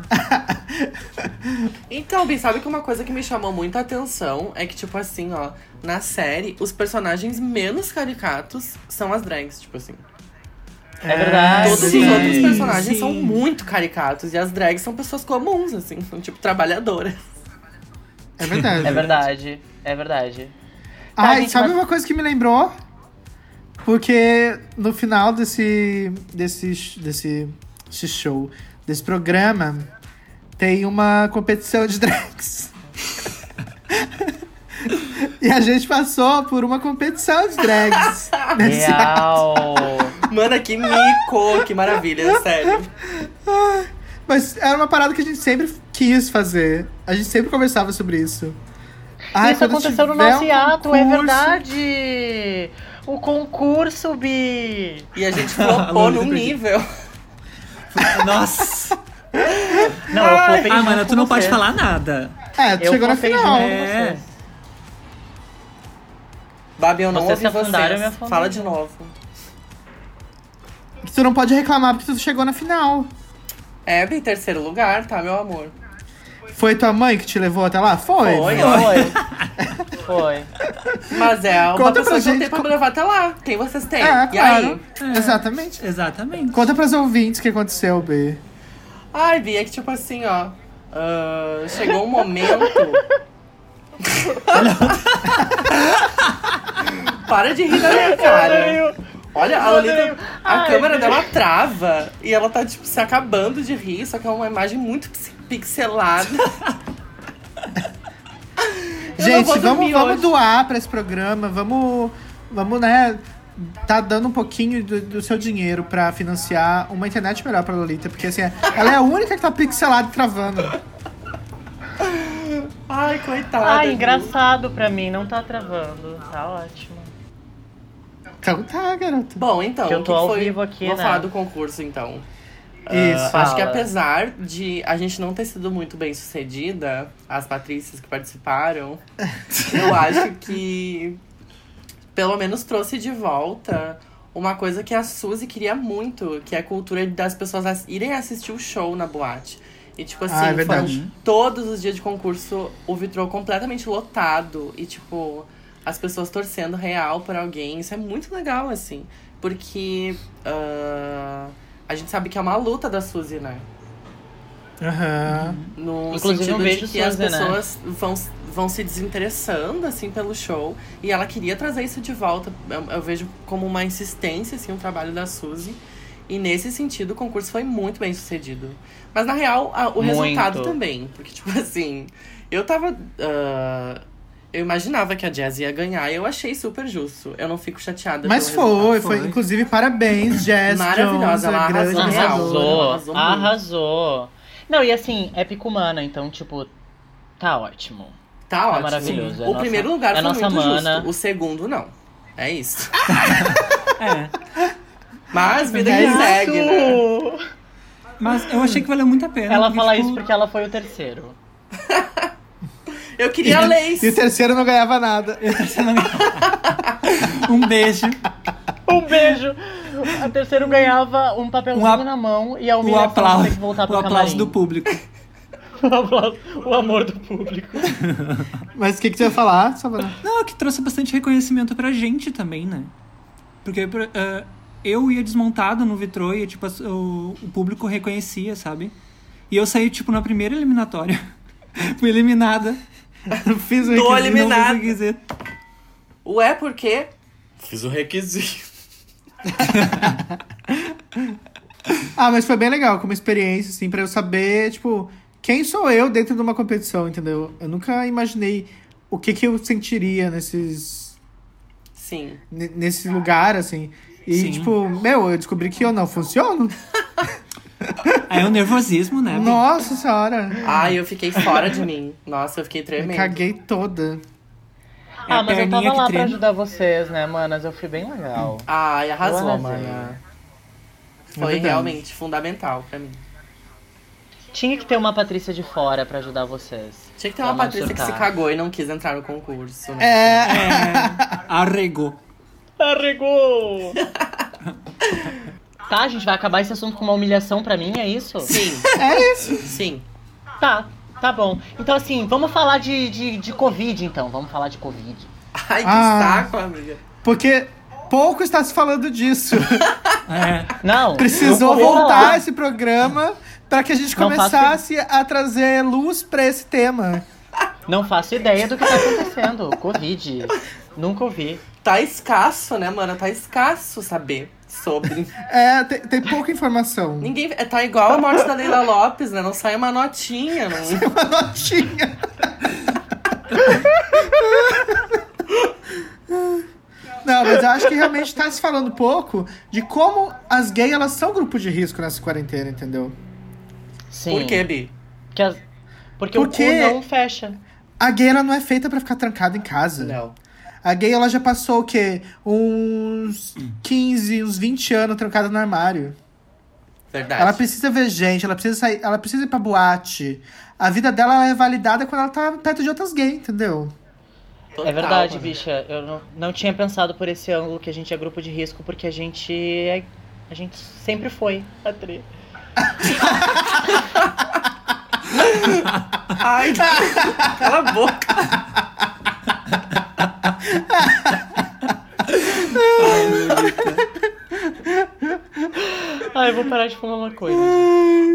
Speaker 4: Então, Bi, sabe que uma coisa que me chamou muita atenção é que, tipo assim, ó, na série, os personagens menos caricatos são as drags, tipo assim.
Speaker 1: É
Speaker 3: Ah,
Speaker 1: verdade.
Speaker 4: Todos
Speaker 2: sim,
Speaker 4: os outros personagens
Speaker 2: sim.
Speaker 4: são muito caricatos e as drags são pessoas comuns, assim, são tipo trabalhadoras.
Speaker 3: É verdade.
Speaker 1: É verdade, é verdade. Tá,
Speaker 3: Ai,
Speaker 1: gente,
Speaker 3: sabe
Speaker 1: mas-
Speaker 3: uma coisa que me lembrou? Porque no final desse, desse, desse, desse show, desse programa, tem uma competição de drags. e a gente passou por uma competição de drags. nesse
Speaker 1: Real.
Speaker 4: Mano, que mico! Que maravilha, sério.
Speaker 3: Mas era uma parada que a gente sempre quis fazer. A gente sempre conversava sobre isso. Ai,
Speaker 1: Isso
Speaker 3: quando
Speaker 1: aconteceu no
Speaker 3: tiver
Speaker 1: nosso
Speaker 3: um
Speaker 1: hiato, é
Speaker 3: concurso-
Speaker 1: verdade. O concurso, Bi.
Speaker 4: E a gente
Speaker 2: A
Speaker 4: flopou
Speaker 2: Lolita
Speaker 4: num
Speaker 2: perdi.
Speaker 4: nível.
Speaker 2: Nossa!
Speaker 1: Não, eu flopei
Speaker 2: Ah,
Speaker 1: junto
Speaker 2: mana,
Speaker 1: com
Speaker 2: tu não pode
Speaker 1: vocês.
Speaker 2: falar nada.
Speaker 3: É, tu
Speaker 1: Eu
Speaker 3: chegou na
Speaker 1: flopei
Speaker 3: final.
Speaker 1: junto com
Speaker 2: É.
Speaker 1: vocês.
Speaker 4: Babi, eu não
Speaker 1: Vocês
Speaker 4: ouvi
Speaker 1: afundaram
Speaker 4: vocês.
Speaker 1: minha família.
Speaker 4: Fala de novo.
Speaker 3: Que tu não pode reclamar porque tu chegou na final.
Speaker 4: Hebe, em É, terceiro lugar, tá, meu amor?
Speaker 3: Foi tua mãe que te levou até lá? Foi.
Speaker 4: Foi,
Speaker 1: Foi. Foi.
Speaker 4: Mas é uma
Speaker 3: Conta pra
Speaker 4: pessoa que não
Speaker 3: gente
Speaker 4: tem pra
Speaker 3: co-
Speaker 4: me levar até lá. Quem vocês têm?
Speaker 3: É,
Speaker 4: e
Speaker 3: claro.
Speaker 4: aí?
Speaker 2: É.
Speaker 3: Exatamente.
Speaker 2: Exatamente.
Speaker 3: Conta pras ouvintes o que aconteceu, B.
Speaker 4: Ai, Bia, que tipo assim, ó. ah, chegou um momento. Para de rir da minha cara. Olha, a Lolita, a
Speaker 1: Ai,
Speaker 4: câmera dela trava e ela tá, tipo, se acabando de rir, só que é uma imagem muito pix- pixelada. Eu não
Speaker 3: Gente,
Speaker 4: vou
Speaker 3: vamos,
Speaker 4: dormir
Speaker 3: vamos
Speaker 4: hoje.
Speaker 3: doar pra esse programa, vamos, vamos né, tá dando um pouquinho do, do seu dinheiro pra financiar uma internet melhor pra Lolita, porque assim, ela é a única que tá pixelada e travando.
Speaker 4: Ai, coitada.
Speaker 1: Ai,
Speaker 4: viu?
Speaker 1: engraçado pra mim, não tá travando. Tá ótimo.
Speaker 3: Então tá, garota.
Speaker 4: Bom, então,
Speaker 1: Que eu
Speaker 4: o
Speaker 1: tô ao
Speaker 4: foi...
Speaker 1: vivo aqui,
Speaker 4: Vou
Speaker 1: né?
Speaker 4: falar do concurso, então.
Speaker 3: Isso.
Speaker 4: Ah, acho que
Speaker 1: Fala.
Speaker 4: apesar de a gente não ter sido muito bem sucedida, as Patrícias que participaram, eu acho que pelo menos trouxe de volta uma coisa que a Suzy queria muito, que é a cultura das pessoas as- irem assistir o show na boate. E tipo assim,
Speaker 3: Ah, é
Speaker 4: foram
Speaker 3: verdade.
Speaker 4: todos os dias de concurso, o vitrô completamente lotado e tipo, as pessoas torcendo real por alguém. Isso é muito legal, assim. Porque ah, a gente sabe que é uma luta da Suzy, né?
Speaker 3: Aham.
Speaker 4: No
Speaker 1: Inclusive,
Speaker 4: sentido
Speaker 1: um beijo,
Speaker 4: de que as
Speaker 1: Suzy, né?
Speaker 4: pessoas vão, vão se desinteressando, assim, pelo show. E ela queria trazer isso de volta. Eu, eu vejo como uma insistência, assim, o trabalho da Suzy. E nesse sentido, o concurso foi muito bem sucedido. Mas, na real, a- o
Speaker 1: Muito.
Speaker 4: resultado também. Porque, tipo assim, eu tava... ah, eu imaginava que a Jazz ia ganhar e eu achei super justo. Eu não fico chateada
Speaker 3: Mas
Speaker 4: pelo resultado.
Speaker 3: foi, foi,
Speaker 2: Foi.
Speaker 3: Inclusive, parabéns, Jess. Jones,
Speaker 4: Maravilhosa,
Speaker 3: a
Speaker 4: ela
Speaker 3: grande
Speaker 4: arrasou.
Speaker 3: vencedora.
Speaker 1: Arrasou,
Speaker 4: arrasou
Speaker 1: arrasou,
Speaker 4: muito.
Speaker 1: Não, e assim, é picumana, então, tipo, tá ótimo.
Speaker 4: Tá ótimo.
Speaker 1: maravilhoso, é
Speaker 4: o
Speaker 1: nossa-
Speaker 4: primeiro lugar
Speaker 1: é
Speaker 4: foi
Speaker 1: nossa
Speaker 4: muito
Speaker 1: mana.
Speaker 4: justo. O segundo, não. É isso.
Speaker 2: É.
Speaker 4: Mas vida
Speaker 3: É
Speaker 4: que
Speaker 3: isso.
Speaker 4: segue, né?
Speaker 2: Mas eu achei que valeu muito a pena.
Speaker 1: Ela fala
Speaker 2: tipo,
Speaker 1: isso porque ela foi o terceiro.
Speaker 4: Eu queria a Lace.
Speaker 3: E o terceiro não ganhava nada.
Speaker 2: eu tô sendo amigo. Um beijo.
Speaker 1: Um beijo! O terceiro ganhava um papelzinho
Speaker 2: Um a-
Speaker 1: na mão e a
Speaker 2: O
Speaker 1: humilhação de ter
Speaker 2: aplauso,
Speaker 1: que voltar pro
Speaker 2: o aplauso
Speaker 1: camarim.
Speaker 2: do público.
Speaker 1: o aplauso, o amor do público.
Speaker 2: É
Speaker 3: Mas o que, que tu ia falar, Savana?
Speaker 2: Não, é que trouxe bastante reconhecimento pra gente também, né? Porque por- eh, eu ia desmontado no Vitrô e tipo, as- o, o público reconhecia, sabe? E eu saí, tipo, na primeira eliminatória. Fui eliminada. Não fiz o
Speaker 3: um
Speaker 2: requisito,
Speaker 4: Tô
Speaker 2: não fiz o
Speaker 4: eliminada.
Speaker 2: requisito.
Speaker 4: Ué, por quê? Fiz o requisito.
Speaker 3: Ah, mas foi bem legal, como experiência, assim, pra eu saber, tipo, quem sou eu dentro de uma competição, entendeu? Eu nunca imaginei o que que eu sentiria nesses,
Speaker 4: Sim.
Speaker 3: ne- nesse lugar, assim. E,
Speaker 2: Sim.
Speaker 3: tipo, meu, eu descobri que eu não funciono.
Speaker 2: Aí é o nervosismo, né?
Speaker 3: Nossa senhora!
Speaker 4: Ai, eu fiquei fora de mim. Nossa, eu fiquei
Speaker 3: Me
Speaker 1: É
Speaker 4: tremendo.
Speaker 3: caguei toda.
Speaker 2: É a
Speaker 1: ah, mas eu
Speaker 2: perninha
Speaker 1: tava
Speaker 2: que
Speaker 1: lá pra
Speaker 2: treme.
Speaker 1: ajudar vocês, né, manas? Eu fui bem legal.
Speaker 4: Ai, arrasou,
Speaker 1: Eu arrasei.
Speaker 4: mana.
Speaker 3: É
Speaker 4: Foi
Speaker 3: verdade.
Speaker 4: realmente fundamental pra mim.
Speaker 1: Tinha que ter uma Patrícia de fora pra ajudar vocês.
Speaker 4: Tinha que ter
Speaker 1: Pra
Speaker 4: uma
Speaker 1: não
Speaker 4: Patrícia que
Speaker 1: surtar.
Speaker 4: se cagou e não quis entrar no concurso. Né?
Speaker 3: É,
Speaker 2: Arregou.
Speaker 1: Arregou! tá, a gente vai acabar esse assunto com uma humilhação pra mim, é isso?
Speaker 4: Sim,
Speaker 3: é isso.
Speaker 4: sim.
Speaker 1: Tá, tá bom. Então, assim, vamos falar de, de, de Covid, então. Vamos falar de Covid.
Speaker 4: Ai, que
Speaker 3: Ah.
Speaker 4: saco, amiga.
Speaker 3: Porque pouco está se falando disso.
Speaker 2: É.
Speaker 1: Não.
Speaker 3: Precisou
Speaker 1: não vou
Speaker 3: voltar
Speaker 1: falar.
Speaker 3: esse programa pra que a gente
Speaker 1: Não faço-
Speaker 3: começasse a trazer luz pra esse tema.
Speaker 1: Não faço ideia do que tá acontecendo. Covid. Nunca ouvi.
Speaker 4: Tá escasso, né, mana? Tá escasso saber sobre.
Speaker 3: É, tem, tem pouca informação.
Speaker 4: Ninguém. é, Tá igual a morte da Leila Lopes, né? Não sai uma notinha. Não...
Speaker 3: uma notinha. Não, mas eu acho que realmente tá se falando pouco de como as gays elas são grupo de risco nessa quarentena, entendeu?
Speaker 1: Sim.
Speaker 4: Por quê, Bi?
Speaker 1: Porque, as- porque o cu
Speaker 3: Porque-
Speaker 1: não fecha.
Speaker 3: A gay ela não é feita pra ficar trancada em casa.
Speaker 4: Não.
Speaker 3: A gay ela já passou o quê? Uns 15, uns 20 anos trancada no armário.
Speaker 4: Verdade.
Speaker 3: Ela precisa ver gente, ela precisa sair, ela precisa ir pra boate. A vida dela é validada quando ela tá perto de outras gays, entendeu?
Speaker 1: É verdade,
Speaker 4: mano.
Speaker 1: bicha. Eu não, não tinha pensado por esse ângulo que a gente é grupo de risco, porque a gente é. A gente sempre foi a tri.
Speaker 4: Ai, cala a boca.
Speaker 1: Ah, eu vou parar de fumar uma coisa.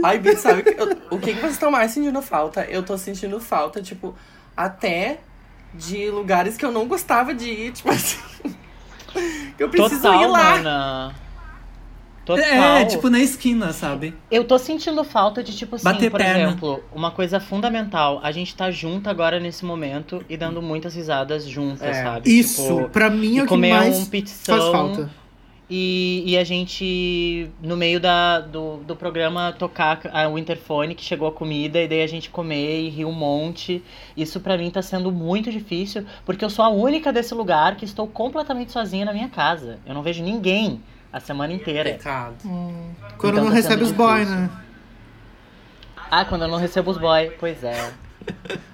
Speaker 4: Ai, Bi, sabe o que- eu- o que, que vocês estão mais sentindo falta? Eu tô sentindo falta, tipo, até de lugares que eu não gostava de ir, tipo assim. Que eu preciso
Speaker 1: Total,
Speaker 4: ir lá.
Speaker 1: mana. Total.
Speaker 2: É, tipo na esquina, sabe?
Speaker 1: Eu tô sentindo falta de, tipo assim,
Speaker 2: Bater
Speaker 1: por
Speaker 2: perna.
Speaker 1: exemplo, uma coisa fundamental. A gente tá junto agora nesse momento e dando muitas risadas juntas,
Speaker 4: É.
Speaker 1: sabe?
Speaker 3: Isso,
Speaker 1: Tipo,
Speaker 3: pra mim
Speaker 1: e
Speaker 3: é o que
Speaker 1: comer
Speaker 3: mais
Speaker 1: um
Speaker 3: faz
Speaker 1: pizzão
Speaker 3: falta.
Speaker 1: E, e a gente, no meio da, do, do programa, tocar a Winterfone, que chegou a comida, e daí a gente comer e rir um monte. Isso pra mim tá sendo muito difícil, porque eu sou a única desse lugar que estou completamente sozinha na minha casa. Eu não vejo ninguém a semana inteira.
Speaker 4: Pecado.
Speaker 1: Então
Speaker 3: Quando não
Speaker 1: tá
Speaker 3: recebe
Speaker 1: sendo
Speaker 3: os boy,
Speaker 1: difícil.
Speaker 3: né?
Speaker 1: Ah, quando eu não recebo os boy. Pois é.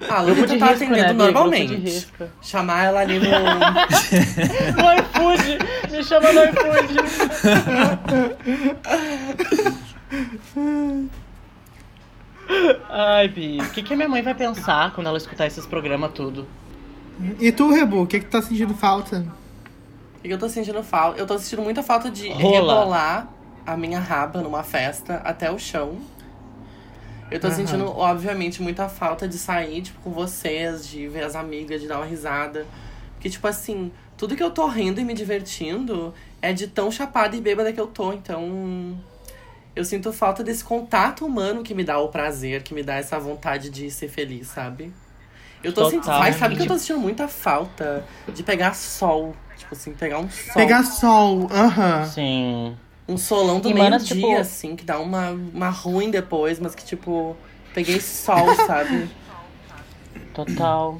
Speaker 4: Ah, a
Speaker 1: Grupo de
Speaker 4: Lulita tá
Speaker 1: risco,
Speaker 4: atendendo
Speaker 1: né, Bia? Grupo de
Speaker 4: normalmente.
Speaker 1: risco.
Speaker 4: Chamar ela ali no.
Speaker 1: No iFood! Me chama no iFood! Ai, Bi, o que, que a minha mãe vai pensar quando ela escutar esses programas tudo?
Speaker 3: E tu, Rebu, o que, que tá sentindo falta?
Speaker 4: O que eu tô sentindo falta? Eu tô sentindo muita falta de
Speaker 1: Rola.
Speaker 4: rebolar a minha raba numa festa até o chão. Eu tô
Speaker 3: Aham.
Speaker 4: sentindo, obviamente, muita falta de sair, tipo, com vocês, de ver as amigas, de dar uma risada. Porque, tipo assim, tudo que eu tô rindo e me divertindo é de tão chapada e bêbada que eu tô. Então, eu sinto falta desse contato humano que me dá o prazer, que me dá essa vontade de ser feliz, sabe? Eu tô sentindo.
Speaker 1: Totalmente.
Speaker 4: Mas sabe que eu tô sentindo muita falta de pegar sol. Tipo assim, pegar um sol.
Speaker 3: Pegar sol, aham.
Speaker 1: Sim.
Speaker 4: um solão do
Speaker 1: E,
Speaker 4: meio-dia,
Speaker 1: mano, tipo-
Speaker 4: assim, que dá uma, uma ruim depois, mas que tipo. Peguei sol, sabe?
Speaker 1: Total.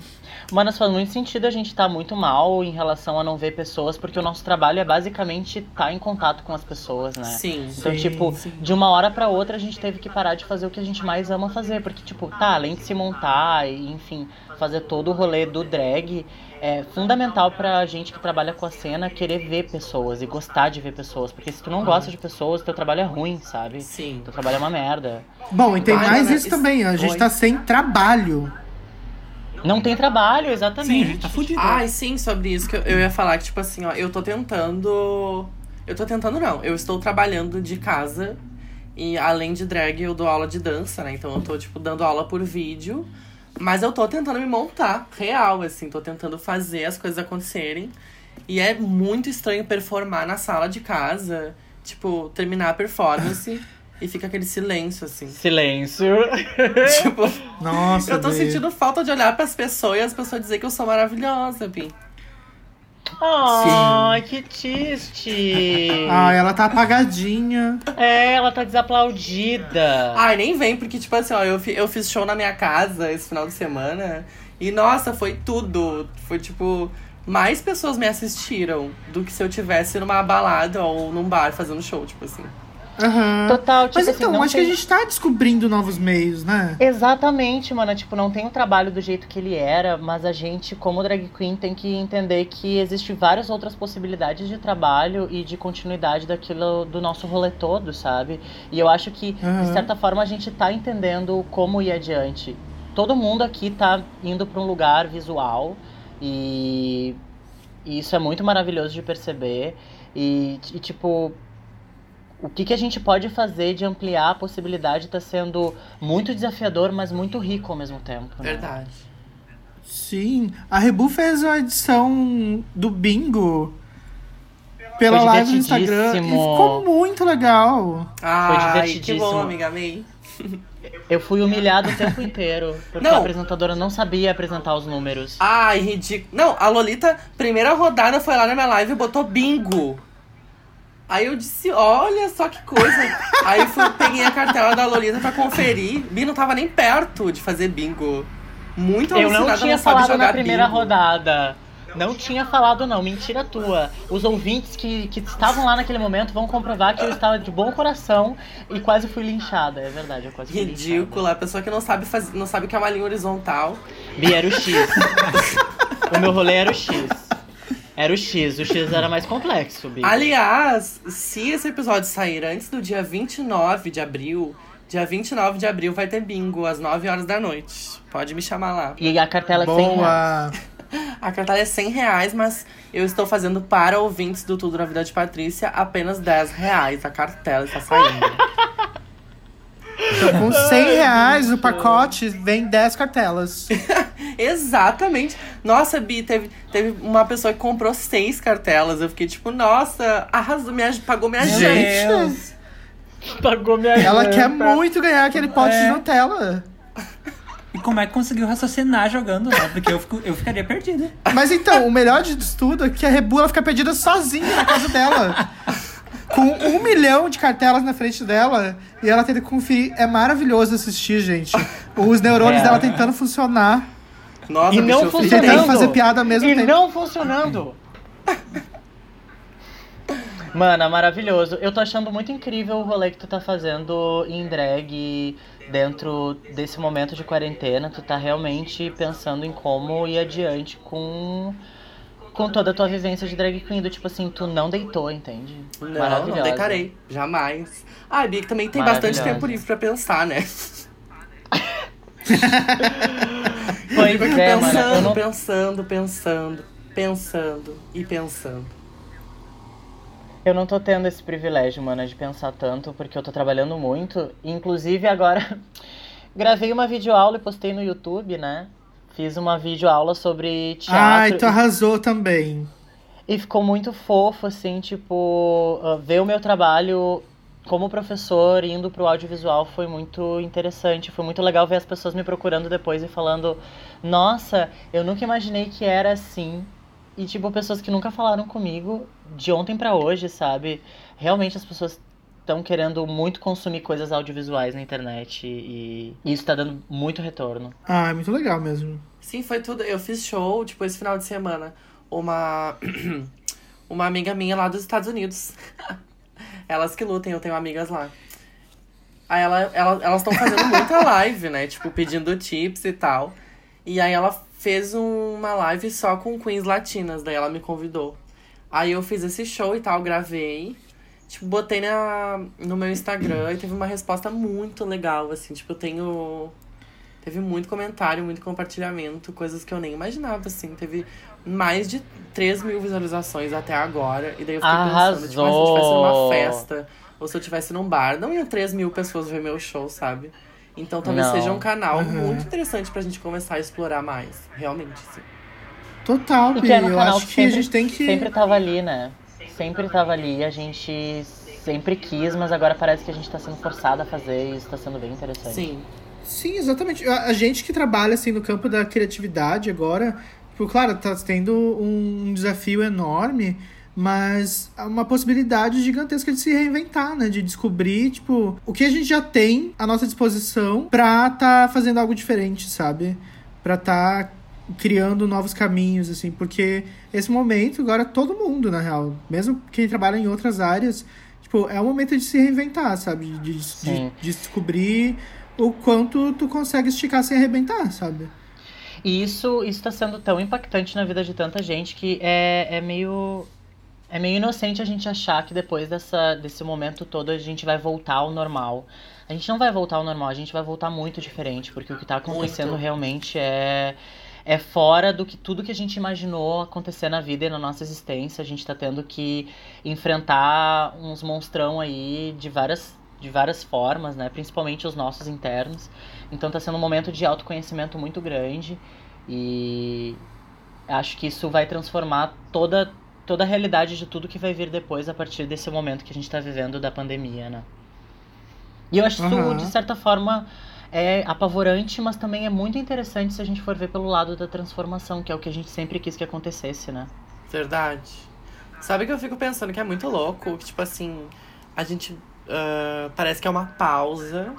Speaker 1: Mano, faz muito sentido a gente estar muito mal em relação a não ver pessoas, porque o nosso trabalho é basicamente estar em contato com as pessoas, né?
Speaker 4: Sim.
Speaker 1: Então,
Speaker 2: Sim,
Speaker 1: tipo,
Speaker 2: sim.
Speaker 1: de uma hora pra outra a gente teve que parar de fazer o que a gente mais ama fazer. Porque, tipo, tá, além de se montar e, enfim, fazer todo o rolê do drag, é fundamental pra gente que trabalha com a cena querer ver pessoas e gostar de ver pessoas. Porque se tu não gosta de pessoas, teu trabalho é ruim, sabe?
Speaker 4: Sim.
Speaker 1: Teu trabalho é uma merda.
Speaker 3: Bom, e tem
Speaker 4: Vai,
Speaker 3: mais
Speaker 4: né?
Speaker 3: isso também, ó. A gente
Speaker 4: Oi.
Speaker 3: tá sem trabalho.
Speaker 1: Não tem trabalho, exatamente.
Speaker 2: Sim, a gente tá fudido.
Speaker 4: Ai, sim, sobre isso que eu, eu ia falar que, tipo assim, ó, eu tô tentando. Eu tô tentando, não. Eu estou trabalhando de casa. E além de drag, eu dou aula de dança, né? Então eu tô, tipo, dando aula por vídeo. Mas eu tô tentando me montar, real, assim. Tô tentando fazer as coisas acontecerem. E é muito estranho performar na sala de casa. Tipo, terminar a performance e fica aquele silêncio, assim.
Speaker 1: Silêncio.
Speaker 4: tipo,
Speaker 3: Nossa,
Speaker 4: eu tô
Speaker 3: Dê.
Speaker 4: sentindo falta de olhar pras pessoas e as pessoas dizer que eu sou maravilhosa, Bi.
Speaker 1: Ai, que triste.
Speaker 3: Ah, ela tá apagadinha.
Speaker 1: É, ela tá desaplaudida.
Speaker 4: Ai, nem vem, porque, tipo assim, ó, eu, fi- eu fiz show na minha casa esse final de semana. E, nossa, foi tudo. Foi, tipo, mais pessoas me assistiram do que se eu tivesse numa balada ou num bar fazendo show, tipo assim.
Speaker 3: Aham.
Speaker 1: Total, tipo
Speaker 3: Mas
Speaker 1: assim,
Speaker 3: então,
Speaker 1: não
Speaker 3: acho
Speaker 1: tem...
Speaker 3: que a gente tá descobrindo novos meios, né?
Speaker 1: Exatamente, mano. Tipo, não tem o trabalho do jeito que ele era, mas a gente, como drag queen, tem que entender que existem várias outras possibilidades de trabalho e de continuidade daquilo do nosso rolê todo, sabe? E eu acho que, de
Speaker 3: Aham.
Speaker 1: certa forma, a gente tá entendendo como ir adiante. Todo mundo aqui tá indo pra um lugar visual e, e isso é muito maravilhoso de perceber. E, e, tipo, o que, que a gente pode fazer de ampliar a possibilidade tá sendo muito desafiador, mas muito rico ao mesmo tempo. né?
Speaker 4: Verdade.
Speaker 3: Sim. A Rebu fez a edição do bingo pela
Speaker 1: Foi
Speaker 3: live no Instagram. E
Speaker 1: divertidíssimo.
Speaker 3: ficou muito legal.
Speaker 4: Ai, que
Speaker 1: divertidíssimo.
Speaker 4: bom, amiga, amei.
Speaker 1: Eu fui humilhado o tempo inteiro, porque
Speaker 4: Não.
Speaker 1: a apresentadora não sabia apresentar os números.
Speaker 4: Ai, ridículo. Não, a Lolita, primeira rodada, foi lá na minha live e botou bingo. Aí eu disse, olha só que coisa. Aí fui, peguei a cartela da Lolita pra conferir. Bi não tava nem perto de fazer bingo. Muito
Speaker 1: Eu
Speaker 4: alucinada,
Speaker 1: não tinha
Speaker 4: sabe
Speaker 1: falado na
Speaker 4: jogar
Speaker 1: primeira
Speaker 4: bingo.
Speaker 1: rodada. Não tinha falado, não. Mentira tua. Os ouvintes que, que estavam lá naquele momento vão comprovar que eu estava de bom coração e quase fui linchada. É verdade, eu quase fui
Speaker 4: Ridícula, a pessoa que não sabe, faz... não sabe o que é uma linha horizontal.
Speaker 1: linchada. Bi era o X. O meu rolê era o X. Era o X, o X era mais complexo, Bi.
Speaker 4: Aliás, se esse episódio sair antes do dia 29 de abril, dia 29 de abril vai ter bingo às 9 horas da noite. Pode me chamar lá.
Speaker 1: E a cartela que tem lá.
Speaker 3: Boa!
Speaker 4: A cartela é 100 reais, mas eu estou fazendo para ouvintes do Tudo na Vida de Patrícia apenas 10 reais. A cartela está saindo.
Speaker 3: Então, com 100 reais o pacote vem 10 cartelas.
Speaker 4: Exatamente. Nossa, Bi, teve, teve uma pessoa que comprou seis cartelas. Eu fiquei tipo, nossa, arrasou, me, aj- pagou minha gente.
Speaker 3: Gente,
Speaker 1: Pagou minha
Speaker 3: ela
Speaker 1: janta.
Speaker 3: quer muito ganhar aquele pote
Speaker 2: É.
Speaker 3: de Nutella.
Speaker 2: E como é que conseguiu raciocinar jogando lá? Porque eu, fico- eu ficaria perdida.
Speaker 3: Mas então, o melhor de tudo é que a Rebu ela fica perdida sozinha na casa dela. Com um milhão de cartelas na frente dela e ela tenta conferir. É maravilhoso assistir, gente. Os neurônios
Speaker 1: É.
Speaker 3: dela tentando funcionar.
Speaker 4: Nossa,
Speaker 1: E
Speaker 4: bicho,
Speaker 1: não
Speaker 4: eu fiquei-
Speaker 3: Tentando
Speaker 1: funcionando.
Speaker 3: fazer piada ao mesmo
Speaker 1: e
Speaker 3: tempo.
Speaker 1: não funcionando. Mano, é maravilhoso. Eu tô achando muito incrível o rolê que tu tá fazendo em drag dentro desse momento de quarentena. Tu tá realmente pensando em como ir adiante com com toda a tua vivência de drag queen. Do tipo assim, tu não deitou, entende?
Speaker 4: Não, não deitarei. Jamais. Ah, Bi, que também tem bastante
Speaker 1: Maravilhosa.
Speaker 4: tempo livre pra pensar, né?
Speaker 1: Pois é, mano.
Speaker 4: pensando,
Speaker 1: Eu não
Speaker 4: pensando, pensando, pensando e pensando.
Speaker 1: Eu não tô tendo esse privilégio, mano, de pensar tanto, porque eu tô trabalhando muito. Inclusive, agora gravei uma videoaula e postei no YouTube, né? Fiz uma videoaula sobre
Speaker 3: Ai,
Speaker 1: teatro
Speaker 3: tu arrasou também.
Speaker 1: e ficou muito fofo, assim, tipo, ah, ver o meu trabalho como professor indo pro audiovisual foi muito interessante. Foi muito legal ver as pessoas me procurando depois e falando: Nossa, eu nunca imaginei que era assim. E, tipo, pessoas que nunca falaram comigo de ontem pra hoje, sabe? Realmente as pessoas estão querendo muito consumir coisas audiovisuais na internet e e isso tá dando muito retorno.
Speaker 3: Ah, é muito legal mesmo.
Speaker 4: Sim, foi tudo. Eu fiz show, tipo, esse final de semana. Uma. uma amiga minha lá dos Estados Unidos. Elas que lutem, eu tenho amigas lá. Aí ela, ela- elas estão fazendo muita live, né? Tipo, pedindo tips e tal. E aí ela fez uma live só com queens latinas, daí ela me convidou. Aí eu fiz esse show e tal, gravei. Tipo, botei na, no meu Instagram e teve uma resposta muito legal, assim. Tipo, eu tenho Teve muito comentário, muito compartilhamento, coisas que eu nem imaginava, assim. Teve mais de 3 mil visualizações até agora. E daí eu fiquei pensando, tipo, ah, se eu estivesse numa
Speaker 1: Arrasou!
Speaker 4: festa ou se eu estivesse num bar, não iam 3 mil pessoas ver meu show, sabe? Então talvez
Speaker 1: Não.
Speaker 4: seja um canal
Speaker 3: Uhum.
Speaker 4: muito interessante pra gente começar a explorar mais. Realmente, sim.
Speaker 3: Total,
Speaker 1: E
Speaker 3: Bi.
Speaker 1: que era um
Speaker 3: Eu
Speaker 1: canal
Speaker 3: acho
Speaker 1: que
Speaker 3: que
Speaker 1: sempre-
Speaker 3: a gente tem que.
Speaker 1: Sempre tava ali, né? Sempre tava ali, a gente sempre quis, mas agora parece que a gente tá sendo forçado a fazer e isso tá sendo bem interessante.
Speaker 4: Sim.
Speaker 3: Sim, exatamente. A, a gente que trabalha assim no campo da criatividade agora, tipo, claro, tá tendo um desafio enorme, mas há uma possibilidade gigantesca de se reinventar, né? De descobrir, tipo, o que a gente já tem à nossa disposição pra tá fazendo algo diferente, sabe? Pra tá criando novos caminhos, assim, porque esse momento agora é todo mundo, na real, mesmo quem trabalha em outras áreas, tipo, é o momento de se reinventar, sabe? De- de-
Speaker 1: Sim.
Speaker 3: de descobrir o quanto tu consegue esticar sem arrebentar, sabe?
Speaker 1: E isso, isso tá sendo tão impactante na vida de tanta gente que é, é meio. É meio inocente a gente achar que depois dessa, desse momento todo a gente vai voltar ao normal. A gente não vai voltar ao normal, a gente vai voltar muito diferente, porque o que tá acontecendo
Speaker 4: Muito.
Speaker 1: realmente é. É fora do que tudo que a gente imaginou acontecer na vida e na nossa existência. A gente tá tendo que enfrentar uns monstrão aí de várias, de várias formas, né? Principalmente os nossos internos. Então tá sendo um momento de autoconhecimento muito grande e acho que isso vai transformar toda toda a realidade de tudo que vai vir depois a partir desse momento que a gente tá vivendo da pandemia, né? E eu acho isso
Speaker 3: Aham.
Speaker 1: de certa forma é apavorante, mas também é muito interessante se a gente for ver pelo lado da transformação, que é o que a gente sempre quis que acontecesse, né?
Speaker 4: Verdade. Sabe que eu fico pensando que é muito louco, que tipo assim, a gente ah, parece que é uma pausa,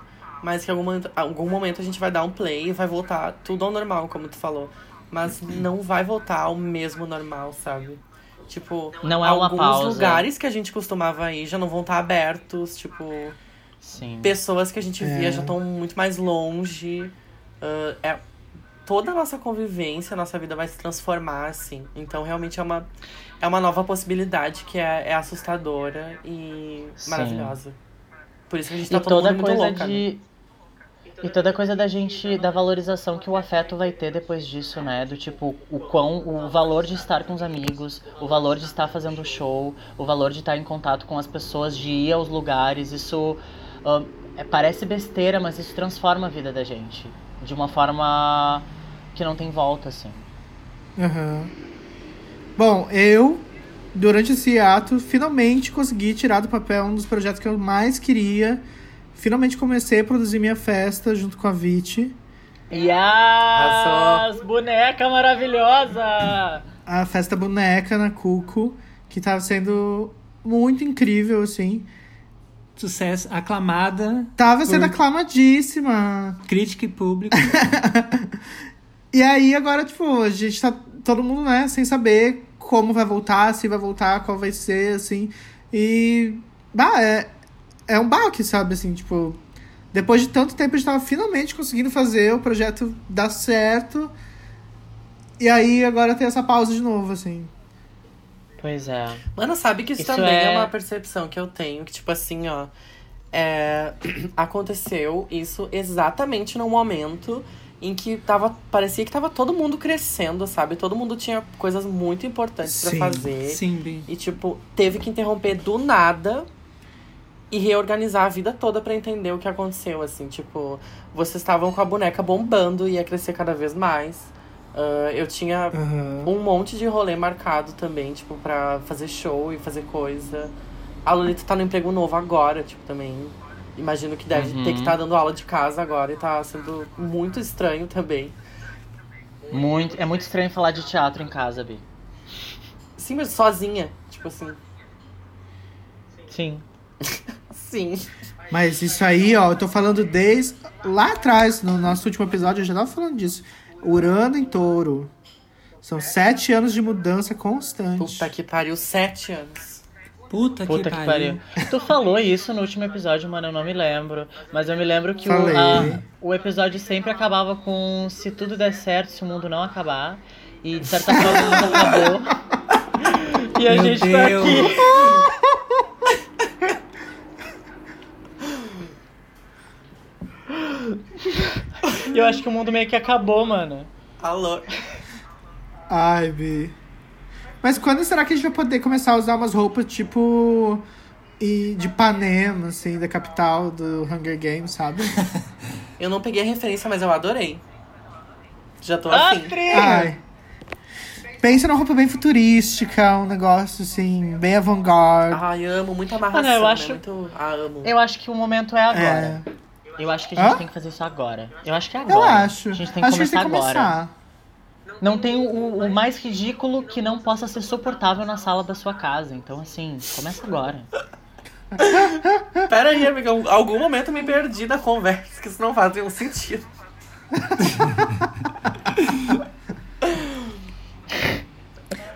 Speaker 4: mas que em algum momento, algum momento a gente vai dar um play e vai voltar tudo ao normal, como tu falou.
Speaker 1: Uhum.
Speaker 4: Mas não vai voltar ao mesmo normal, sabe? Tipo,
Speaker 1: Não é uma
Speaker 4: alguns
Speaker 1: pausa.
Speaker 4: lugares que a gente costumava ir já não vão estar abertos, tipo,
Speaker 1: Sim.
Speaker 4: pessoas que a gente
Speaker 3: É.
Speaker 4: via já estão muito mais longe. ah, é toda a nossa convivência, a nossa vida vai se transformar, assim. Então, realmente é uma, é uma nova possibilidade que é, é assustadora e
Speaker 1: Sim.
Speaker 4: maravilhosa. Por isso que a gente tá
Speaker 1: E
Speaker 4: todo
Speaker 1: toda
Speaker 4: mundo
Speaker 1: coisa
Speaker 4: muito louca. né?
Speaker 1: de. E toda coisa da gente, da valorização que o afeto vai ter depois disso, né? Do tipo, o quão, o valor de estar com os amigos, o valor de estar fazendo show, o valor de estar em contato com as pessoas, de ir aos lugares, isso ah, é- parece besteira, mas isso transforma a vida da gente. De uma forma que não tem volta, assim.
Speaker 3: Aham. Bom, eu, durante esse ato, finalmente consegui tirar do papel um dos projetos que eu mais queria. Finalmente comecei a produzir minha festa junto com a Vit.
Speaker 1: E as boneca maravilhosa!
Speaker 3: A festa boneca na Cuco, que tava sendo muito incrível, assim.
Speaker 2: Sucesso, aclamada,
Speaker 3: Tava sendo
Speaker 2: Hum.
Speaker 3: aclamadíssima.
Speaker 2: crítica e público.
Speaker 3: E aí, agora, tipo, a gente tá todo mundo, né, sem saber como vai voltar, se vai voltar, qual vai ser, assim. E. Bah, é, é um baque, sabe? Assim, tipo. Depois de tanto tempo, a gente tava finalmente conseguindo fazer o projeto dar certo. E aí, agora tem essa pausa de novo, assim.
Speaker 1: Pois é.
Speaker 4: Mano, sabe que isso,
Speaker 1: Isso
Speaker 4: também é...
Speaker 1: é-
Speaker 4: uma percepção que eu tenho, que tipo assim, ó. é, aconteceu isso exatamente no momento em que tava, parecia que tava todo mundo crescendo, sabe? Todo mundo tinha coisas muito importantes pra
Speaker 3: Sim,
Speaker 4: fazer.
Speaker 2: Sim, Bi.
Speaker 4: E, tipo, teve que interromper do nada e reorganizar a vida toda pra entender o que aconteceu, assim. Tipo, vocês estavam com a boneca bombando e ia crescer cada vez mais. Ah, eu tinha um monte de rolê marcado também, tipo, pra fazer show e fazer coisa. A Lolita tá no emprego novo agora, tipo, também. Imagino que deve
Speaker 1: Uhum.
Speaker 4: ter que estar dando aula de casa agora e tá sendo muito estranho também.
Speaker 1: Muito, é muito estranho falar de teatro em casa, Bi.
Speaker 4: Sim, mas sozinha, tipo assim.
Speaker 1: Sim.
Speaker 4: Sim.
Speaker 3: Mas isso aí, ó, eu tô falando desde lá atrás, no nosso último episódio, eu já tava falando disso. Urano em touro. São sete anos de mudança constante.
Speaker 4: Puta que pariu, sete anos.
Speaker 2: Puta,
Speaker 1: Puta que pariu. Tu falou isso no último episódio, mano, eu não me lembro. Mas eu me lembro que o,
Speaker 3: Falei.
Speaker 1: a- o episódio sempre acabava com se tudo der certo, se o mundo não acabar. E de certa forma o mundo acabou. E a
Speaker 2: Meu
Speaker 1: gente tá
Speaker 2: Deus.
Speaker 1: aqui. E eu acho que o mundo meio que acabou, mano.
Speaker 4: Alô.
Speaker 3: Ai, Bi. Mas quando será que a gente vai poder começar a usar umas roupas tipo. e- de Ipanema, assim, da capital do Hunger Games, sabe?
Speaker 4: Eu não peguei a referência, mas eu adorei. Já tô
Speaker 1: Ah,
Speaker 4: assim.
Speaker 1: Astrid!
Speaker 3: Ai. Pensa numa roupa bem futurística, um negócio assim, bem avant-garde.
Speaker 4: Ai, amo, muita amarração,
Speaker 1: Ah, não, eu
Speaker 4: né?
Speaker 1: acho-
Speaker 4: Muito... Ah, amo.
Speaker 1: Eu acho que o momento é
Speaker 3: É.
Speaker 1: agora. Eu acho que a gente
Speaker 3: Hã?
Speaker 1: tem que fazer isso agora. Eu acho que é agora.
Speaker 3: Eu acho.
Speaker 1: A gente tem que
Speaker 3: acho que a gente
Speaker 1: começar
Speaker 3: tem
Speaker 1: agora.
Speaker 3: que começar.
Speaker 1: Não tem o, o mais ridículo que não possa ser suportável na sala da sua casa. Então, assim, começa agora.
Speaker 4: Pera aí, amiga, em algum momento eu me perdi da conversa, que isso não faz nenhum sentido.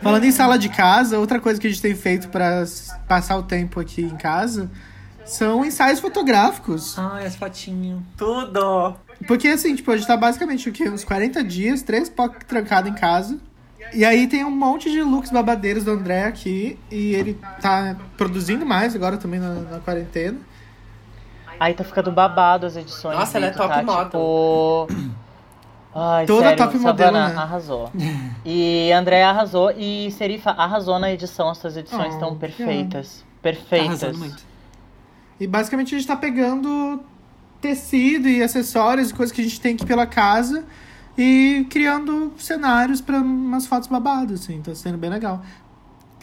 Speaker 3: Falando em sala de casa, outra coisa que a gente tem feito pra s- passar o tempo aqui em casa são ensaios fotográficos.
Speaker 2: Ai, as fotinhas. Tá
Speaker 4: Tudo!
Speaker 3: Porque assim, tipo, a gente tá basicamente o quê? Uns 40 dias, três POC trancado em casa. E aí tem um monte de looks babadeiros do André aqui. E ele tá produzindo mais agora também na, na quarentena.
Speaker 1: Aí tá ficando babado as edições.
Speaker 4: Nossa, ela é
Speaker 1: Bito,
Speaker 4: top
Speaker 1: tá,
Speaker 4: model.
Speaker 1: Tipo... Ai,
Speaker 3: Toda
Speaker 1: sério,
Speaker 3: top modelo,
Speaker 1: Savana
Speaker 3: né?
Speaker 1: arrasou. E André arrasou. E Serifa arrasou na edição. As suas edições
Speaker 3: Oh,
Speaker 1: estão perfeitas.
Speaker 2: Tá
Speaker 1: Perfeitas.
Speaker 2: arrasando muito.
Speaker 3: E basicamente a gente tá pegando tecido e acessórios e coisas que a gente tem aqui pela casa e criando cenários pra umas fotos babadas, assim. Tá sendo bem legal.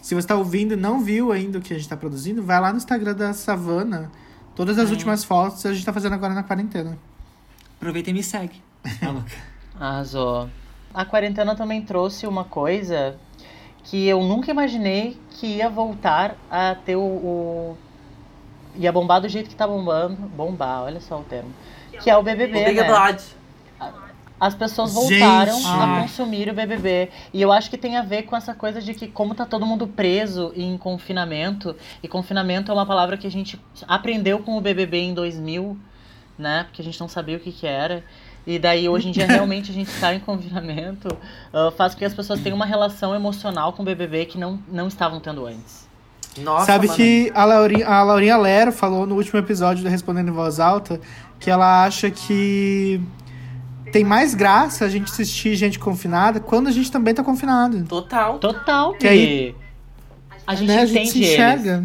Speaker 3: Se você tá ouvindo e não viu ainda o que a gente tá produzindo, vai lá no Instagram da Savana. Todas as últimas fotos a gente tá fazendo agora na quarentena.
Speaker 2: Aproveita e me segue. Tá louca.
Speaker 1: Arrasou. A quarentena também trouxe uma coisa que eu nunca imaginei que ia voltar a ter o. o- ia bombar do jeito que tá bombando. Bombar, olha só o termo. Que é o BBB.
Speaker 4: Big
Speaker 1: né?
Speaker 4: Blood.
Speaker 1: As pessoas
Speaker 3: Gente!
Speaker 1: voltaram
Speaker 2: Ah.
Speaker 1: a consumir o BBB. E eu acho que tem a ver com essa coisa de que, como tá todo mundo preso em confinamento, e confinamento é uma palavra que a gente aprendeu com o BBB em 2000, né? Porque a gente não sabia o que, que era. E daí hoje em dia realmente a gente está em confinamento, ah, faz com que as pessoas tenham uma relação emocional com o BBB que não, não estavam tendo antes.
Speaker 4: Nossa,
Speaker 3: Sabe
Speaker 4: mano.
Speaker 3: que a Laurinha, a Laurinha Lero falou no último episódio do Respondendo em Voz Alta que ela acha que tem mais graça a gente assistir gente confinada quando a gente também tá confinado.
Speaker 4: Total.
Speaker 1: Total,
Speaker 3: Que aí-
Speaker 1: Bi. a gente
Speaker 3: né? A
Speaker 1: entende
Speaker 3: gente se
Speaker 1: eles.
Speaker 3: enxerga.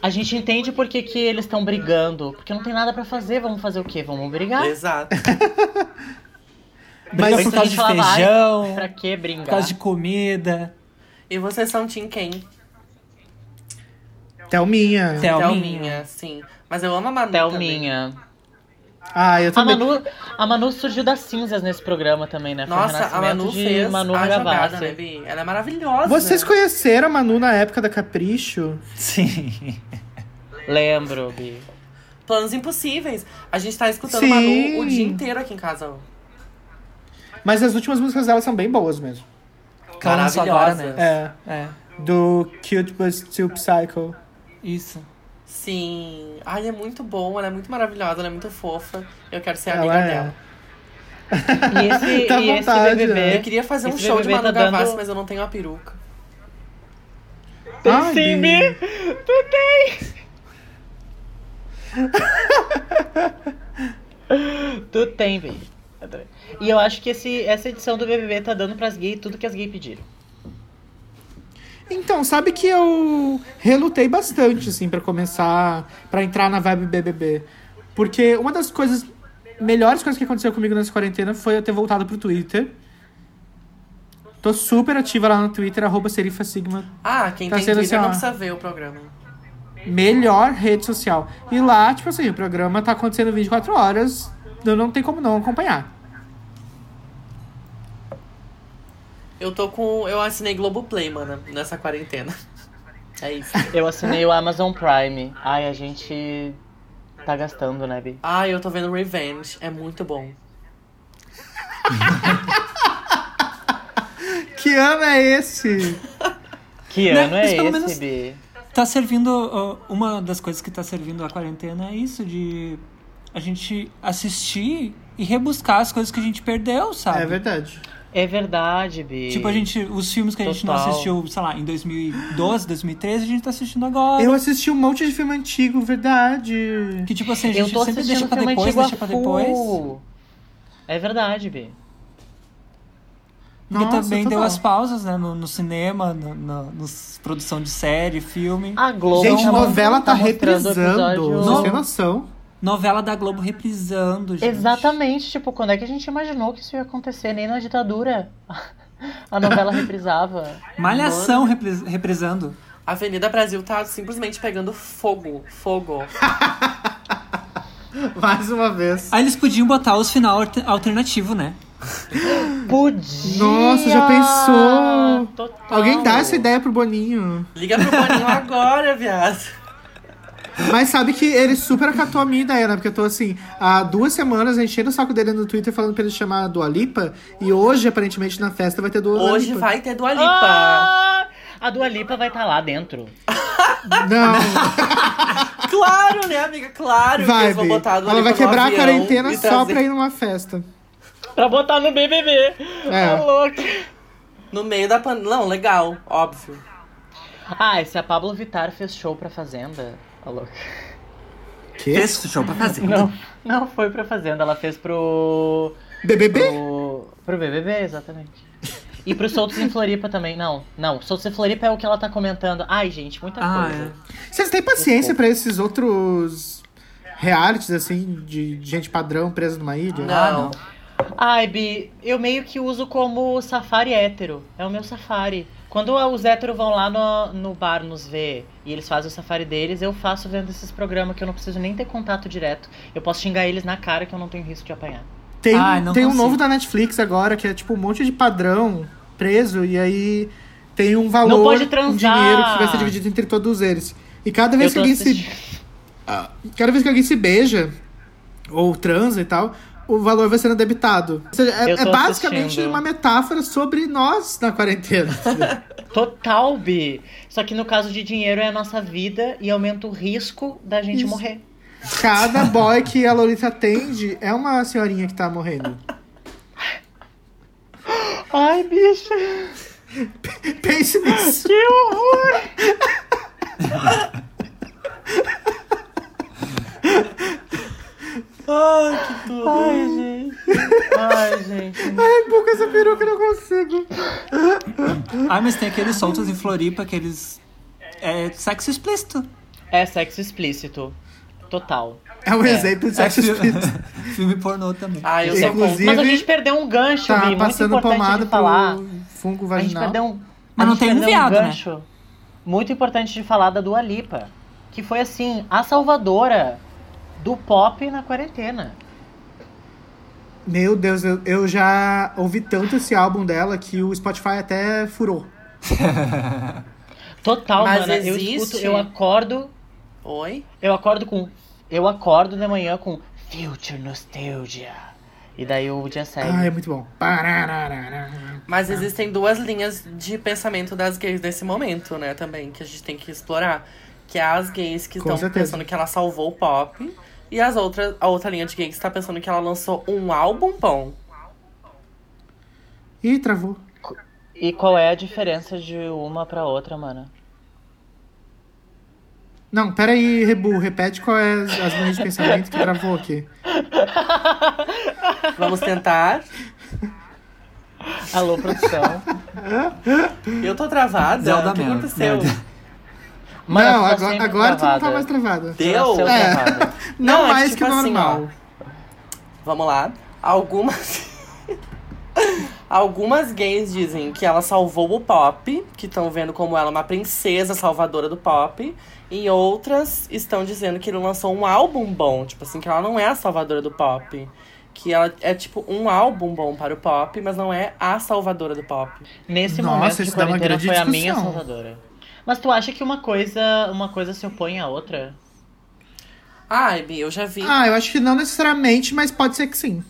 Speaker 1: A gente entende por que, que eles estão brigando. Porque não tem nada pra fazer, vamos fazer o quê? Vamos brigar?
Speaker 4: Exato.
Speaker 1: Mas
Speaker 2: Briga por
Speaker 1: antes a
Speaker 2: causa
Speaker 1: gente
Speaker 2: de
Speaker 1: falava, ai,
Speaker 2: feijão,
Speaker 1: Pra que brincar?
Speaker 2: por causa de comida,
Speaker 4: E vocês são Tim quem?
Speaker 3: Thelminha.
Speaker 2: thelminha.
Speaker 4: sim. Mas eu amo a Manu também.
Speaker 1: Thelminha.
Speaker 3: Ah, eu
Speaker 1: A
Speaker 3: também.
Speaker 1: Manu, a Manu surgiu das cinzas nesse programa também, né? Foi o
Speaker 4: Nossa, a
Speaker 1: renascimento
Speaker 4: Manu
Speaker 1: de
Speaker 4: fez
Speaker 1: Manu
Speaker 4: a
Speaker 1: Gavassi.
Speaker 4: jogada, né, Bi? Ela é maravilhosa.
Speaker 3: Vocês conheceram a Manu na época da Capricho?
Speaker 2: Sim.
Speaker 1: Lembro, Bi.
Speaker 4: Planos impossíveis. A gente tá escutando
Speaker 3: Sim.
Speaker 4: Manu o dia inteiro aqui em casa.
Speaker 3: Mas as últimas músicas dela são bem boas mesmo.
Speaker 2: Que ela lançou agora, né?
Speaker 3: É.
Speaker 2: É,
Speaker 3: Do Cute But Still Psycho.
Speaker 2: isso.
Speaker 4: Sim. Ai, é muito bom, ela é muito maravilhosa, ela é muito fofa. Eu quero ser amiga
Speaker 3: Ela é.
Speaker 4: dela.
Speaker 1: E esse,
Speaker 3: Tá à
Speaker 1: e esse
Speaker 3: vontade, né?
Speaker 1: BBB...
Speaker 4: Eu queria fazer um
Speaker 1: Esse
Speaker 4: show de
Speaker 1: BBB
Speaker 4: Manu
Speaker 1: tá dando-
Speaker 4: Gavassi, mas eu não tenho a peruca.
Speaker 1: Tem
Speaker 3: Ai,
Speaker 1: sim,
Speaker 3: Bi.
Speaker 1: Bi! Tu tem! tu tem, Bi. Adorei. E eu acho que esse, essa edição do BBB tá dando pras gays tudo que as gays pediram.
Speaker 3: Então, sabe que eu relutei bastante, assim, pra começar, pra entrar na vibe BBB. Porque uma das coisas, melhores coisas que aconteceu comigo nessa quarentena foi eu ter voltado pro Twitter. Tô super ativa lá no Twitter, arroba Serifa Sigma,
Speaker 4: Ah, quem
Speaker 3: Tá
Speaker 4: tem
Speaker 3: sendo assim,
Speaker 4: Twitter
Speaker 3: ó.
Speaker 4: não precisa ver o programa.
Speaker 3: melhor rede social. E lá, tipo assim, o programa tá acontecendo 24 horas, eu não tem como não acompanhar.
Speaker 4: Eu tô com. Eu assinei Globoplay, mano, nessa quarentena. É isso.
Speaker 1: Eu assinei o Amazon Prime. Ai, a gente tá gastando, né, Bi?
Speaker 4: Ai, eu tô vendo Revenge. É muito bom.
Speaker 3: Que ano é esse?
Speaker 1: Que
Speaker 2: Né,
Speaker 1: ano é
Speaker 2: mas pelo
Speaker 1: esse,
Speaker 2: menos-
Speaker 1: Bi?
Speaker 2: Tá servindo. ó, Uma das coisas que tá servindo a quarentena é isso, de a gente assistir e rebuscar as coisas que a gente perdeu, sabe?
Speaker 3: É verdade.
Speaker 1: É verdade, Bi.
Speaker 2: Tipo, a gente. Os filmes que a gente não
Speaker 1: Total.
Speaker 2: assistiu, sei lá, em 2012, 2013, a gente tá assistindo agora.
Speaker 3: Eu assisti um monte de filme antigo, verdade.
Speaker 2: Que tipo assim, a
Speaker 1: Eu
Speaker 2: gente
Speaker 1: tô
Speaker 2: sempre
Speaker 1: assistindo
Speaker 2: deixa pra
Speaker 1: filme
Speaker 2: depois,
Speaker 1: antigo
Speaker 2: deixa pra
Speaker 1: a full.
Speaker 2: depois.
Speaker 1: É verdade, Bi.
Speaker 2: Porque
Speaker 3: Nossa,
Speaker 2: também deu
Speaker 3: total.
Speaker 2: as pausas, né? No, no cinema, no, no- nos produção de série, filme.
Speaker 1: A Globo
Speaker 3: Gente,
Speaker 1: tá
Speaker 3: novela tá,
Speaker 1: mostrando o
Speaker 3: reprisando.
Speaker 1: episódio-
Speaker 3: Vocês têm
Speaker 2: Não.
Speaker 3: noção?
Speaker 2: Novela da Globo reprisando, gente.
Speaker 1: Exatamente, tipo, quando é que a gente imaginou que isso ia acontecer? Nem na ditadura. A novela reprisava.
Speaker 2: Malhação repris- reprisando.
Speaker 4: Avenida Brasil tá simplesmente pegando fogo. Fogo.
Speaker 3: Mais uma vez.
Speaker 2: Aí eles podiam botar os final alter- alternativo, né?
Speaker 1: Podia!
Speaker 3: Nossa, já pensou?
Speaker 1: Total.
Speaker 3: Alguém dá essa ideia pro Boninho.
Speaker 4: Liga pro Boninho agora, viado.
Speaker 3: Mas sabe que ele super acatou a minha ideia, né? Porque eu tô assim, há duas semanas enchendo o saco dele no Twitter falando pra ele chamar a Dua Lipa. E hoje, aparentemente, na festa vai ter Dua
Speaker 4: Hoje
Speaker 3: Lipa.
Speaker 4: vai ter Dua Lipa.
Speaker 1: Ah, a Dua Lipa vai estar lá dentro.
Speaker 3: Não,
Speaker 4: Claro, né, amiga? Claro que
Speaker 3: vai,
Speaker 4: eles vão
Speaker 3: Bi.
Speaker 4: botar a Dua
Speaker 3: Ela vai
Speaker 4: Lipa no
Speaker 3: quebrar a
Speaker 4: avião
Speaker 3: quarentena
Speaker 4: e
Speaker 3: só
Speaker 4: trazer
Speaker 3: pra ir numa festa.
Speaker 1: Pra botar no BBB.
Speaker 3: É.
Speaker 1: Tá louco.
Speaker 4: No meio da pandemia. Não, legal, óbvio.
Speaker 1: Ah, e se a Pablo Vittar fez show pra Fazenda? Tá louco.
Speaker 3: Que?
Speaker 2: Esse show pra fazer.
Speaker 1: Não, não foi pra Fazenda, ela fez pro.
Speaker 3: BBB?
Speaker 1: pro, pro BBB, exatamente. E pro Soltos em Floripa também. Não, não. Soltos em Floripa é o que ela tá comentando. Ai, gente, muita
Speaker 2: Ah,
Speaker 1: coisa.
Speaker 3: Vocês têm paciência pra esses outros realities, assim, de gente padrão presa numa ilha?
Speaker 4: Não.
Speaker 1: Ai, Bi, eu meio que uso como safari hétero. É o meu safari. Quando os héteros vão lá no, no bar nos ver e eles fazem o safari deles, eu faço vendo esses programas que eu não preciso nem ter contato direto. Eu posso xingar eles na cara que eu não tenho risco de apanhar.
Speaker 3: Tem,
Speaker 2: Ai, não
Speaker 3: tem um
Speaker 2: consigo.
Speaker 3: novo da Netflix agora, que é tipo um monte de padrão preso, e aí tem um valor,
Speaker 1: Não pode
Speaker 3: um
Speaker 1: transar.
Speaker 3: dinheiro que vai ser dividido entre todos eles. E cada
Speaker 1: Eu
Speaker 3: vez, que
Speaker 1: tô
Speaker 3: alguém se, ah,
Speaker 1: assistindo.
Speaker 3: cada vez que alguém se beija, ou transa e tal, o valor vai sendo debitado. Ou seja, é,
Speaker 1: Eu tô
Speaker 3: é basicamente
Speaker 1: assistindo.
Speaker 3: uma metáfora sobre nós na quarentena.
Speaker 1: Total, Bi. Só que no caso de dinheiro é a nossa vida e aumenta o risco da gente
Speaker 3: Isso.
Speaker 1: morrer.
Speaker 3: Cada boy que a Lolita atende é uma senhorinha que tá morrendo.
Speaker 1: Ai, bicha,
Speaker 3: Pense nisso.
Speaker 1: que horror!
Speaker 4: Ai, que tudo.
Speaker 1: Ai, gente. Ai, gente.
Speaker 3: Ai, pô, com essa peruca eu não consigo.
Speaker 2: Ah, mas tem aqueles soltos em Floripa, aqueles. É sexo explícito.
Speaker 1: É sexo explícito. Total.
Speaker 3: É um exemplo de sexo
Speaker 2: fi-
Speaker 3: explícito.
Speaker 2: filme pornô também.
Speaker 4: Ah, eu sou
Speaker 3: Inclusive-
Speaker 4: contra.
Speaker 1: Mas a gente perdeu um gancho,
Speaker 3: Tá
Speaker 1: Bi, muito
Speaker 3: passando
Speaker 1: importante
Speaker 3: pomada
Speaker 1: de falar.
Speaker 3: pro fungo
Speaker 1: A gente
Speaker 3: vaginal.
Speaker 1: perdeu um.
Speaker 2: Mas não
Speaker 1: a gente
Speaker 2: tem um
Speaker 1: perdeu
Speaker 2: viado, né?
Speaker 1: gancho Muito importante de falar da Dua Lipa. Que foi assim, a salvadora do pop na quarentena. um
Speaker 3: Meu Deus, eu, eu já ouvi tanto esse álbum dela que o Spotify até furou.
Speaker 1: Total,
Speaker 4: Mas
Speaker 1: mana. Eu
Speaker 4: existe?
Speaker 1: escuto, eu acordo,
Speaker 4: Oi?
Speaker 1: eu acordo com. Eu acordo de manhã com Future Nostalgia. E daí o dia segue.
Speaker 3: Ah, é muito bom. Parararara.
Speaker 4: Mas existem duas linhas de pensamento das gays nesse momento, né, também, que a gente tem que explorar. Que é as gays que
Speaker 3: Com
Speaker 4: estão
Speaker 3: certeza.
Speaker 4: pensando que ela salvou o pop. E as outras, a outra linha de gays que tá pensando que ela lançou um álbum bom.
Speaker 3: Ih, travou.
Speaker 1: E qual é a diferença de uma pra outra, mana?
Speaker 3: Não, peraí, Rebu, repete qual é as, as linhas de pensamento que travou aqui.
Speaker 4: Vamos tentar.
Speaker 1: Alô, produção.
Speaker 4: Eu tô travada.
Speaker 2: Zelda
Speaker 4: o que
Speaker 2: Mello.
Speaker 4: aconteceu?
Speaker 2: Meu Deus.
Speaker 1: Mana,
Speaker 3: não,
Speaker 1: tu tá
Speaker 3: agora,
Speaker 1: sempre
Speaker 3: agora tu não tá
Speaker 1: travada.
Speaker 3: mais travada.
Speaker 1: Tu
Speaker 4: Deu?
Speaker 1: nasceu
Speaker 3: É.
Speaker 1: travada.
Speaker 3: Não,
Speaker 4: Não, é
Speaker 3: mais
Speaker 4: tipo
Speaker 3: que o
Speaker 4: assim,
Speaker 3: normal.
Speaker 4: Vamos lá. Algumas. Algumas gays dizem que ela salvou o pop, que estão vendo como ela é uma princesa salvadora do pop. E outras estão dizendo que ele lançou um álbum bom, tipo assim, que ela não é a salvadora do pop. Que ela é tipo um álbum bom para o pop, mas não é a salvadora do pop.
Speaker 1: Nesse
Speaker 3: Nossa,
Speaker 1: momento de
Speaker 3: isso dá uma
Speaker 1: quarentena
Speaker 3: grande
Speaker 1: foi a minha
Speaker 3: discussão.
Speaker 1: salvadora. Mas tu acha que uma coisa, uma coisa se opõe à outra?
Speaker 4: Ai, Bi, eu já vi.
Speaker 3: Ah, eu acho que não necessariamente, mas pode ser que sim.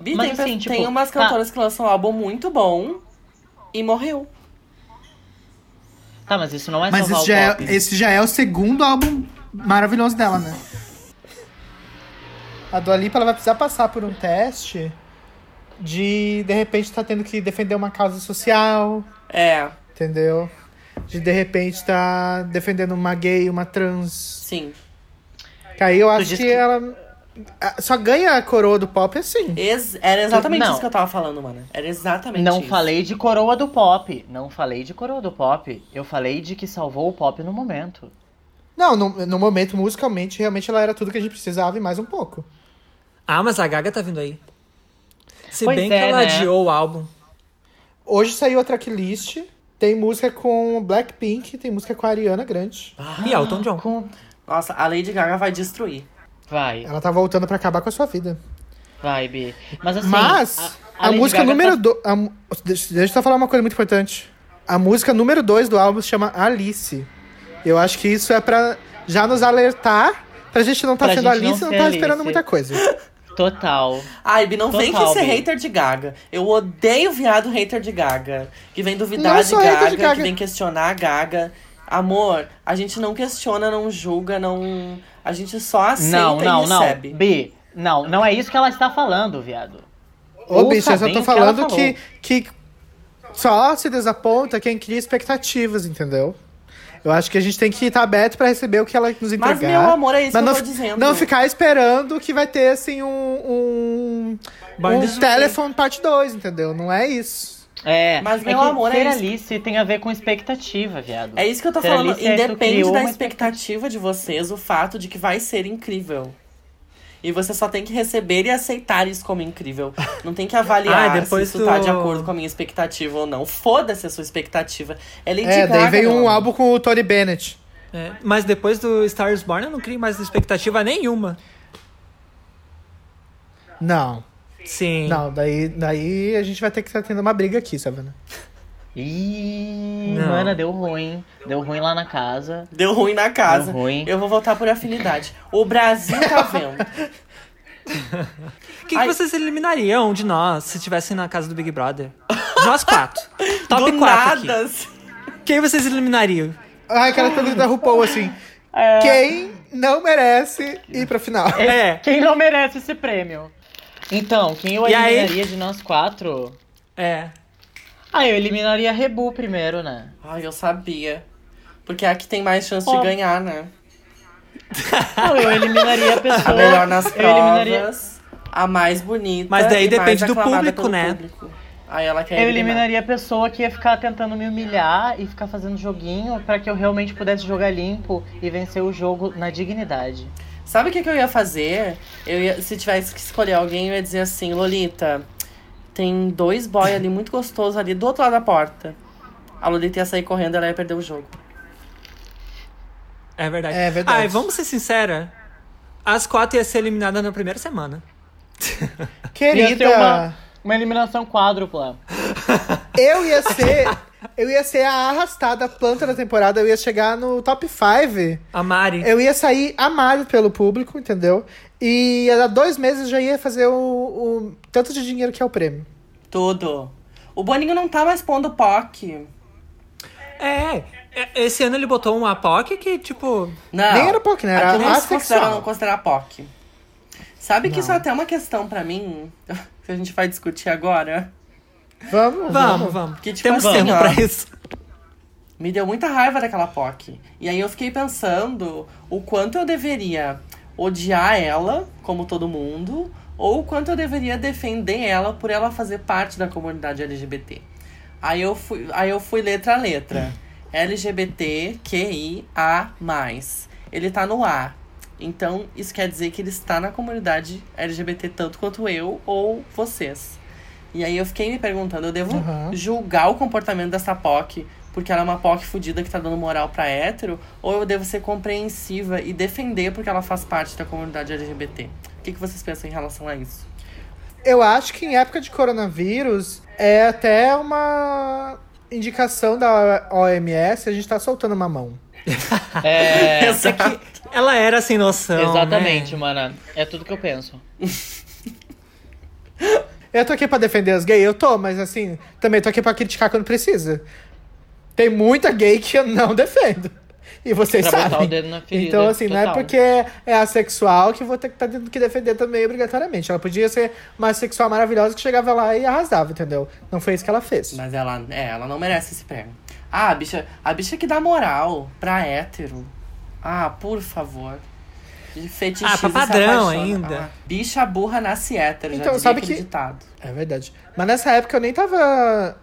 Speaker 4: Bi,
Speaker 1: mas
Speaker 4: tem,
Speaker 1: assim,
Speaker 4: pe- tem
Speaker 1: tipo,
Speaker 4: umas
Speaker 1: tá.
Speaker 4: cantoras que lançam um álbum muito bom e morreu.
Speaker 1: Tá, mas isso não é
Speaker 3: Mas
Speaker 1: salvar
Speaker 3: esse já,
Speaker 1: o pop.
Speaker 3: é, esse já é o segundo álbum maravilhoso dela, né? A Dua Lipa ela vai precisar passar por um teste de, de repente, tá tendo que defender uma causa social,
Speaker 4: É,
Speaker 3: entendeu? De, de repente, tá defendendo uma gay, uma trans.
Speaker 4: sim.
Speaker 3: Que aí eu acho
Speaker 1: disse
Speaker 3: que,
Speaker 1: que-
Speaker 3: ela ah, só ganha a coroa do pop assim.
Speaker 4: Ex- era exatamente
Speaker 1: Não.
Speaker 4: isso que eu tava falando, mano. Era exatamente
Speaker 1: Não
Speaker 4: isso.
Speaker 1: falei de coroa do pop. Não falei de coroa do pop. Eu falei de que salvou o pop no momento.
Speaker 3: Não, no, no momento, musicalmente, realmente ela era tudo que a gente precisava e mais um pouco.
Speaker 5: Ah, mas a Gaga tá vindo aí. Se
Speaker 1: Pois
Speaker 5: bem
Speaker 1: é,
Speaker 5: que ela
Speaker 1: né?
Speaker 5: adiou o álbum.
Speaker 3: Hoje saiu a tracklist. Tem música com Blackpink, tem música com a Ariana Grande.
Speaker 5: E Elton John.
Speaker 1: Ah, Com-
Speaker 4: Nossa, a Lady Gaga vai destruir.
Speaker 1: Vai,
Speaker 3: Ela tá voltando pra acabar com a sua vida.
Speaker 1: vai, Bi. Mas assim.
Speaker 3: Mas a,
Speaker 1: Lady
Speaker 3: música
Speaker 1: Gaga
Speaker 3: número
Speaker 1: tá-
Speaker 3: 2. Deixa, deixa eu só falar uma coisa muito importante. A música número 2 do álbum se chama Alice. Eu acho que isso é pra já nos alertar pra gente não tá
Speaker 1: Pra
Speaker 3: sendo
Speaker 1: gente não
Speaker 3: Alice e não
Speaker 1: ser
Speaker 3: tá esperando
Speaker 1: Alice.
Speaker 3: muita coisa.
Speaker 1: Total.
Speaker 4: Ai, Bi, não vem que
Speaker 1: Total,
Speaker 4: ser
Speaker 1: Bi.
Speaker 4: hater de Gaga. Eu odeio viado hater de Gaga. Que vem duvidar
Speaker 3: Não
Speaker 4: de
Speaker 3: sou hater
Speaker 4: Gaga,
Speaker 3: de Gaga.
Speaker 4: que vem questionar a Gaga. Amor, a gente não questiona, não julga, não. A gente só aceita
Speaker 1: Não, não,
Speaker 4: e
Speaker 1: não.
Speaker 4: recebe.
Speaker 1: Bi, não, não é isso que ela está falando, viado.
Speaker 3: Ô,
Speaker 1: Ouça
Speaker 3: bicho, eu só
Speaker 1: bem
Speaker 3: tô
Speaker 1: o que ela
Speaker 3: falando
Speaker 1: falou.
Speaker 3: que, que só se desaponta quem cria expectativas, entendeu? Eu acho que a gente tem que estar aberto pra receber o que ela nos entregar.
Speaker 4: Mas, meu amor, é isso
Speaker 3: Mas
Speaker 4: que
Speaker 3: não,
Speaker 4: eu tô
Speaker 3: fi-
Speaker 4: dizendo.
Speaker 3: não ficar esperando que vai ter, assim, um. Um,
Speaker 5: Barnes
Speaker 3: um
Speaker 5: Noble.
Speaker 3: telefone parte 2, entendeu? Não é isso.
Speaker 1: É,
Speaker 4: Mas,
Speaker 1: é
Speaker 4: meu
Speaker 1: que
Speaker 4: amor, é
Speaker 1: ser
Speaker 4: isso.
Speaker 1: Alice tem a ver com expectativa, viado.
Speaker 4: É isso que eu tô
Speaker 1: Ser
Speaker 4: falando.
Speaker 1: Alice é tu
Speaker 4: Independe
Speaker 1: criou
Speaker 4: da
Speaker 1: uma
Speaker 4: expectativa de vocês, o fato de que vai ser incrível. E você só tem que receber e aceitar isso como incrível. Não tem que avaliar
Speaker 5: Ah, e depois
Speaker 4: se isso tá
Speaker 5: tu-
Speaker 4: de acordo com a minha expectativa ou não. Foda-se a sua expectativa. É Lady
Speaker 3: é, daí
Speaker 4: Gaga,
Speaker 3: veio um
Speaker 4: meu amor.
Speaker 3: álbum com o Tony Bennett.
Speaker 5: É, mas depois do Stars Born eu não criei mais expectativa nenhuma.
Speaker 3: Não,
Speaker 5: Sim.
Speaker 3: não, daí, daí a gente vai ter que estar tendo uma briga aqui, Savana.
Speaker 1: Ih,
Speaker 5: Não.
Speaker 1: mana, deu ruim. Deu ruim lá na casa.
Speaker 4: Deu ruim na casa.
Speaker 1: Deu ruim.
Speaker 4: Eu vou voltar por afinidade. O Brasil tá vendo.
Speaker 5: O que, que
Speaker 4: Ai.
Speaker 5: vocês eliminariam de nós se estivessem na casa do Big Brother? Nós quatro. Top
Speaker 4: Do
Speaker 5: quatro
Speaker 4: nada. assim.
Speaker 5: aqui. Quem vocês eliminariam?
Speaker 3: Ai, aquela pergunta da RuPaul, assim.
Speaker 1: É,
Speaker 3: Quem não merece ir pra final?
Speaker 5: É.
Speaker 1: Quem não merece esse prêmio? Então, quem eu
Speaker 5: E aí?
Speaker 1: eliminaria de nós quatro?
Speaker 5: É.
Speaker 1: Ah, eu eliminaria a Rebu primeiro, né?
Speaker 4: Ai, eu sabia. Porque é a que tem mais chance
Speaker 1: Ó.
Speaker 4: de ganhar, né?
Speaker 1: Não, eu eliminaria a pessoa.
Speaker 4: A melhor nas
Speaker 1: eu eliminaria,
Speaker 4: provas, a mais bonita.
Speaker 5: Mas daí
Speaker 4: e mais
Speaker 5: depende do
Speaker 4: aclamada
Speaker 5: público,
Speaker 4: pelo
Speaker 5: né?
Speaker 4: público. Aí ela quer
Speaker 1: eu
Speaker 4: eliminar.
Speaker 1: eliminaria a pessoa que ia ficar tentando me humilhar e ficar fazendo joguinho pra que eu realmente pudesse jogar limpo e vencer o jogo na dignidade.
Speaker 4: Sabe o que, que eu ia fazer? Eu ia, se tivesse que escolher alguém, eu ia dizer assim, Lolita, tem dois boy ali muito gostosos ali do outro lado da porta. A Lolita ia sair correndo, ela ia perder o jogo.
Speaker 5: É verdade.
Speaker 3: É verdade.
Speaker 5: Ai, vamos ser sincera. As quatro ia ser eliminada na primeira semana.
Speaker 1: Ia ser uma,
Speaker 3: Querida,
Speaker 1: uma eliminação quádrupla.
Speaker 3: eu ia ser. Eu ia ser a arrastada planta da temporada, eu ia chegar no top 5.
Speaker 5: A Mari.
Speaker 3: Eu ia sair amado pelo público, entendeu? E há dois meses já ia fazer o, o tanto de dinheiro que é o prêmio.
Speaker 4: Tudo. O Boninho não tá mais pondo POC.
Speaker 5: É. é, Esse ano ele botou uma POC que, tipo.
Speaker 4: Não.
Speaker 3: Nem era pouco, né? Era
Speaker 4: Aqui não se considera, não
Speaker 3: assexual.
Speaker 4: considera POC. Sabe que isso é até uma questão pra mim, que a gente vai discutir agora?
Speaker 3: Vamos,
Speaker 5: Vamos, vamos.
Speaker 4: Que, tipo,
Speaker 5: Temos
Speaker 4: assim,
Speaker 5: tempo
Speaker 4: ó.
Speaker 5: pra isso.
Speaker 4: Me deu muita raiva daquela POC. E aí eu fiquei pensando o quanto eu deveria odiar ela, como todo mundo, ou o quanto eu deveria defender ela por ela fazer parte da comunidade LGBT. Aí eu fui, aí eu fui letra a letra. LGBT QIA+. Ele tá no A. Então, isso quer dizer que ele está na comunidade LGBT tanto quanto eu ou vocês. E aí eu fiquei me perguntando, eu devo
Speaker 3: Uhum.
Speaker 4: julgar o comportamento dessa POC porque ela é uma POC fudida que tá dando moral pra hétero, ou eu devo ser compreensiva e defender porque ela faz parte da comunidade LGBT? O que, que vocês pensam em relação a isso?
Speaker 3: Eu acho que em época de coronavírus é até uma indicação da OMS, a gente tá soltando uma mão.
Speaker 1: É,
Speaker 4: Essa aqui...
Speaker 5: Ela era sem noção.
Speaker 1: exatamente,
Speaker 5: né?
Speaker 1: mana. É tudo que eu penso.
Speaker 3: Eu tô aqui pra defender as gays, eu tô, mas assim, também tô aqui pra criticar quando precisa. Tem muita gay que eu não defendo. E vocês
Speaker 1: Pra botar
Speaker 3: sabem.
Speaker 1: o dedo na ferida.
Speaker 3: Então, assim, não é
Speaker 1: total.
Speaker 3: porque é assexual que vou ter que estar tendo que defender também obrigatoriamente. Ela podia ser uma sexual maravilhosa que chegava lá e arrasava, entendeu? Não foi isso que ela fez.
Speaker 4: Mas ela, é, ela não merece esse prêmio. Ah, a bicha, a bicha que dá moral pra hétero. Ah, por favor. De fetichista.
Speaker 5: Ah, pra padrão ainda.
Speaker 4: Ah, bicha burra nasce hétero,
Speaker 3: Então,
Speaker 4: já
Speaker 3: sabe
Speaker 4: sabe aquele
Speaker 3: que-
Speaker 4: ditado.
Speaker 3: É verdade. Mas nessa época eu nem tava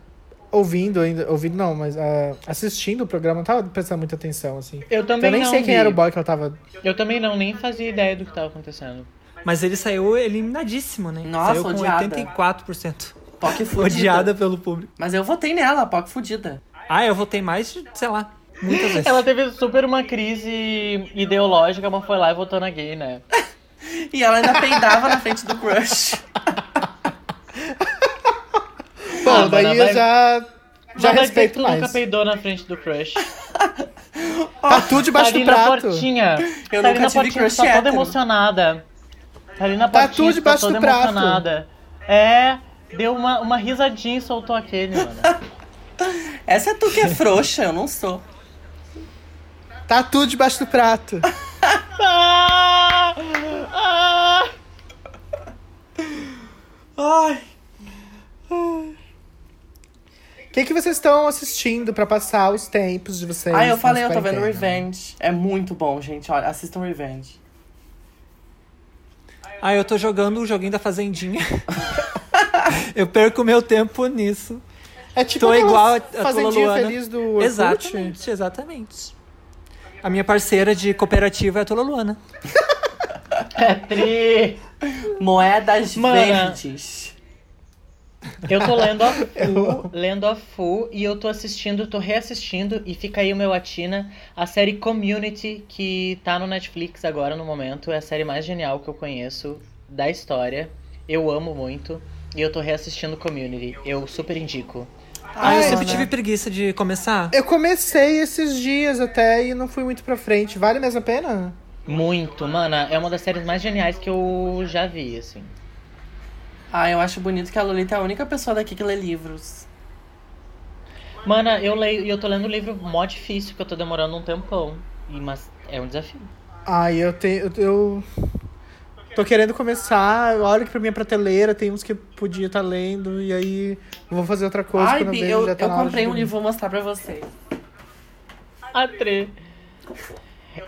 Speaker 3: ouvindo ainda. Ouvindo não, mas ah, assistindo o programa, não tava prestando muita atenção, assim.
Speaker 1: Eu
Speaker 3: Então,
Speaker 1: também
Speaker 3: eu nem
Speaker 1: não
Speaker 3: sei quem
Speaker 1: vi. Ah,
Speaker 3: era o boy que ela tava.
Speaker 1: Eu também não, nem fazia ideia do que tava acontecendo.
Speaker 5: Mas ele saiu eliminadíssimo, né?
Speaker 4: Nossa,
Speaker 5: saiu com
Speaker 4: odiada.
Speaker 5: 84%.
Speaker 4: POC fudida.
Speaker 5: Odiada pelo público.
Speaker 4: Mas eu votei nela, POC fudida.
Speaker 5: Ah, eu votei mais, de, sei lá, muitas vezes.
Speaker 1: Ela teve super uma crise ideológica, mas foi lá e votou na gay, né?
Speaker 4: E ela ainda peidava na frente do crush.
Speaker 3: Bom,
Speaker 1: Ah,
Speaker 3: daí
Speaker 1: mas
Speaker 3: eu
Speaker 1: vai-
Speaker 3: já. Já
Speaker 1: Mas vai dizer que
Speaker 3: respeito
Speaker 1: tu
Speaker 3: mais.
Speaker 1: nunca peidou na frente do crush.
Speaker 3: Tá tudo
Speaker 1: tá
Speaker 3: debaixo
Speaker 1: ali
Speaker 3: do
Speaker 1: na
Speaker 3: prato.
Speaker 1: portinha.
Speaker 4: Eu
Speaker 1: tá ali
Speaker 4: nunca
Speaker 1: na
Speaker 4: tive
Speaker 1: portinha,
Speaker 4: crush
Speaker 1: tu tá toda
Speaker 4: hétero.
Speaker 1: emocionada. Tá ali na
Speaker 3: Tá
Speaker 1: portinha,
Speaker 3: tudo
Speaker 1: tu
Speaker 3: debaixo
Speaker 1: toda
Speaker 3: do prato.
Speaker 1: emocionada. É, deu uma, uma risadinha e soltou aquele, mano.
Speaker 4: Essa é tu que é frouxa, eu não sou.
Speaker 3: Tá tudo debaixo do prato.
Speaker 1: Ah! Ah!
Speaker 4: Ai.
Speaker 3: O que, que vocês estão assistindo pra passar os tempos de vocês?
Speaker 4: Ah, eu
Speaker 3: nessa
Speaker 4: falei, eu tô vendo
Speaker 3: quarentena?
Speaker 4: Revenge. É muito bom, gente. Olha, assistam Revenge.
Speaker 5: Ah, eu tô jogando o joguinho da Fazendinha. eu perco meu tempo nisso.
Speaker 3: É tipo
Speaker 5: Tô
Speaker 3: aquelas
Speaker 5: igual a- a tua
Speaker 3: Fazendinha
Speaker 5: Luana.
Speaker 3: Feliz do né? Orkut.
Speaker 5: Exatamente, exatamente. A minha parceira de cooperativa é a Tola Luana.
Speaker 1: É tri.
Speaker 4: Moedas
Speaker 1: Mana.
Speaker 4: verdes.
Speaker 1: Eu tô lendo a full, lendo a full e eu tô assistindo, tô reassistindo e fica aí o meu atina, a série Community que tá no Netflix agora no momento, é a série mais genial que eu conheço da história. Eu amo muito e eu tô reassistindo Community. Eu super indico.
Speaker 5: Ah, eu
Speaker 3: Ai, né?
Speaker 5: sempre
Speaker 3: Ana.
Speaker 5: tive preguiça de começar.
Speaker 3: Eu comecei esses dias até e não fui muito pra frente. Vale mesmo a pena?
Speaker 1: Muito, mana, é uma das séries mais geniais que eu já vi, assim.
Speaker 4: Ah, eu acho bonito que a Lolita é a única pessoa daqui que lê livros.
Speaker 1: Mana, eu leio e eu tô lendo um livro mó difícil que eu tô demorando um tempão. E- Mas é um desafio.
Speaker 3: Ai, eu tenho. Eu, eu tô querendo começar. Eu olho aqui pra minha prateleira, tem uns que eu podia estar lendo, e aí eu vou fazer outra coisa.
Speaker 4: Ai,
Speaker 3: quando eu,
Speaker 4: Bi,
Speaker 3: vejo,
Speaker 4: eu,
Speaker 3: já tá
Speaker 4: eu
Speaker 3: na hora
Speaker 4: comprei
Speaker 3: de
Speaker 4: um
Speaker 3: dormir.
Speaker 4: livro, vou mostrar pra vocês.
Speaker 1: Atre.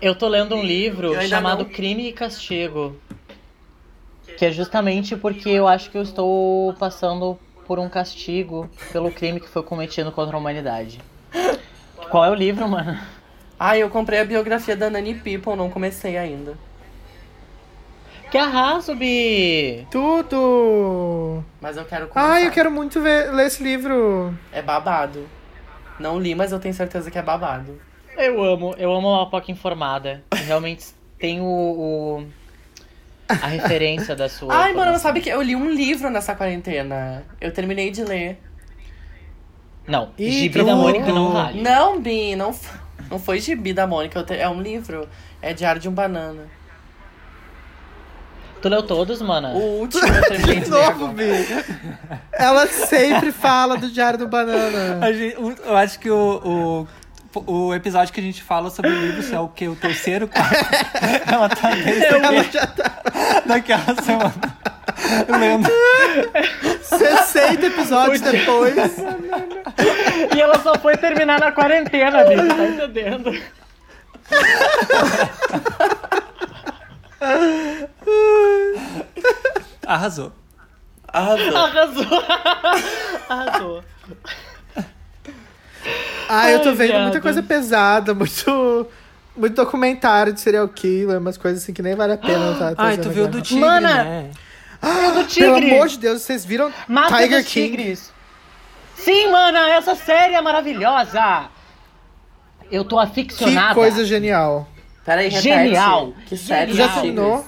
Speaker 1: Eu tô lendo um livro
Speaker 4: Eu ainda
Speaker 1: chamado
Speaker 4: não.
Speaker 1: Crime e Castigo. Que é justamente porque eu acho que eu estou passando por um castigo pelo crime que foi cometido contra a humanidade. Qual é o livro, mano?
Speaker 4: Ai, eu comprei a biografia da Nani People, não comecei ainda.
Speaker 1: Que arraso, Bi!
Speaker 3: Tudo!
Speaker 4: Mas eu quero começar.
Speaker 3: Ai, eu quero muito ver- ler esse livro.
Speaker 4: É babado. Não li, mas eu tenho certeza que é babado.
Speaker 1: Eu amo, eu amo a POC informada. Realmente tem o. o- a referência da sua.
Speaker 4: Ai, mano,
Speaker 1: informação.
Speaker 4: sabe que eu li um livro nessa quarentena. Eu terminei de ler.
Speaker 1: Não,
Speaker 3: Ih,
Speaker 1: Gibi da
Speaker 3: tu-
Speaker 1: Mônica não
Speaker 3: Tá
Speaker 1: vale.
Speaker 4: Não, Bi, não, f- não foi gibi da Mônica, eu te- é um livro. É Diário de um Banana.
Speaker 1: Tu leu todos,
Speaker 4: O
Speaker 1: mana?
Speaker 4: último eu terminei de
Speaker 3: De
Speaker 4: ler.
Speaker 3: novo, Bi. Ela sempre fala do Diário do Banana.
Speaker 2: A gente- o- eu acho que o, o, o episódio que a gente fala sobre livros é o que? O terceiro? quarto? Ela tá desde
Speaker 3: Ela já tá
Speaker 2: daquela semana. Lendo.
Speaker 3: 60 episódios depois.
Speaker 1: E ela só foi terminar na quarentena, bicho. Tá entendendo?
Speaker 2: Arrasou.
Speaker 4: Arrasou.
Speaker 1: Arrasou. Arrasou.
Speaker 3: Ah, eu tô
Speaker 1: Ai,
Speaker 3: vendo muita
Speaker 1: viado.
Speaker 3: coisa pesada, muito. Muito documentário de serial killer, umas coisas assim que nem vale a pena. eu tá, tá
Speaker 2: Ai, tu viu do
Speaker 3: vendo agora. Ah,
Speaker 2: tigre,
Speaker 1: Mana!
Speaker 2: né?
Speaker 1: é Do
Speaker 3: Pelo
Speaker 1: tigre.
Speaker 3: amor de Deus, vocês viram
Speaker 1: Mata
Speaker 3: Tiger
Speaker 1: dos
Speaker 3: King?
Speaker 1: tigres. Sim, mana, essa série é maravilhosa. Eu tô aficionada.
Speaker 3: Que coisa genial.
Speaker 4: Peraí, repete.
Speaker 1: Genial.
Speaker 4: Que série
Speaker 3: Já
Speaker 4: de tigres?
Speaker 3: terminou?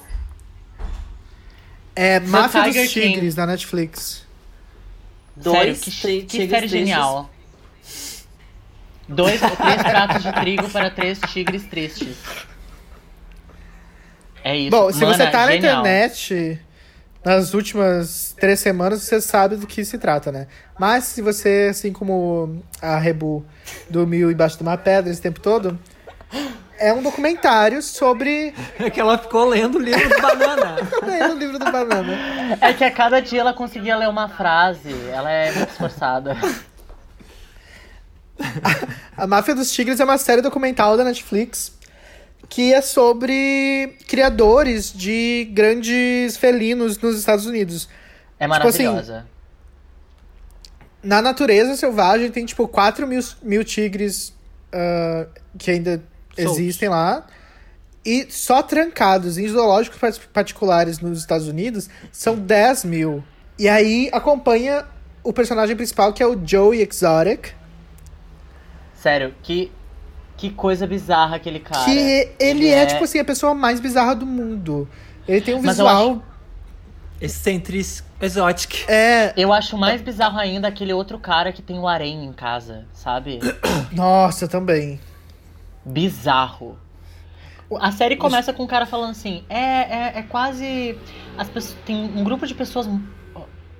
Speaker 3: É Máfia
Speaker 1: Tiger
Speaker 3: dos
Speaker 1: King.
Speaker 3: Tigres, da Netflix.
Speaker 1: Sério,
Speaker 4: Dois
Speaker 1: que,
Speaker 4: tri-
Speaker 1: que
Speaker 4: tigres
Speaker 1: série
Speaker 4: tristes.
Speaker 1: genial. Dois ou três pratos de trigo para três tigres tristes. É isso.
Speaker 3: Bom, se
Speaker 1: Mana,
Speaker 3: você tá na
Speaker 1: genial.
Speaker 3: internet nas últimas três semanas, você sabe do que se trata, né? Mas se você, assim como a Rebu, dormiu embaixo de uma pedra esse tempo todo, é um documentário sobre
Speaker 2: É que ela ficou lendo o livro do banana.
Speaker 3: o livro do Banana.
Speaker 1: É que a cada dia ela conseguia ler uma frase. Ela é muito esforçada.
Speaker 3: Tipo A Máfia dos Tigres é uma série documental da Netflix que é sobre criadores de grandes felinos nos Estados Unidos.
Speaker 1: É
Speaker 3: Tipo assim,
Speaker 1: maravilhosa.
Speaker 3: Na natureza selvagem tem, tipo, 4 mil, mil tigres ah, que ainda
Speaker 2: Soltos.
Speaker 3: existem lá. E só trancados em zoológicos par- particulares nos Estados Unidos são 10 mil. E aí acompanha o personagem principal, que é o Joey Exotic,
Speaker 1: Sério, que, que coisa bizarra aquele cara.
Speaker 3: que ele
Speaker 1: ele
Speaker 3: é,
Speaker 1: é-
Speaker 3: tipo assim, a pessoa mais bizarra do mundo. Ele tem um
Speaker 1: Mas eu
Speaker 3: visual.
Speaker 2: Excentris exotic.
Speaker 3: É.
Speaker 1: Eu acho mais bizarro ainda aquele outro cara que tem o harém em casa, sabe?
Speaker 3: Nossa, também.
Speaker 1: Bizarro. O- A série começa com um cara falando assim: é, é, é quase. As pessoas, tem um grupo de pessoas mu-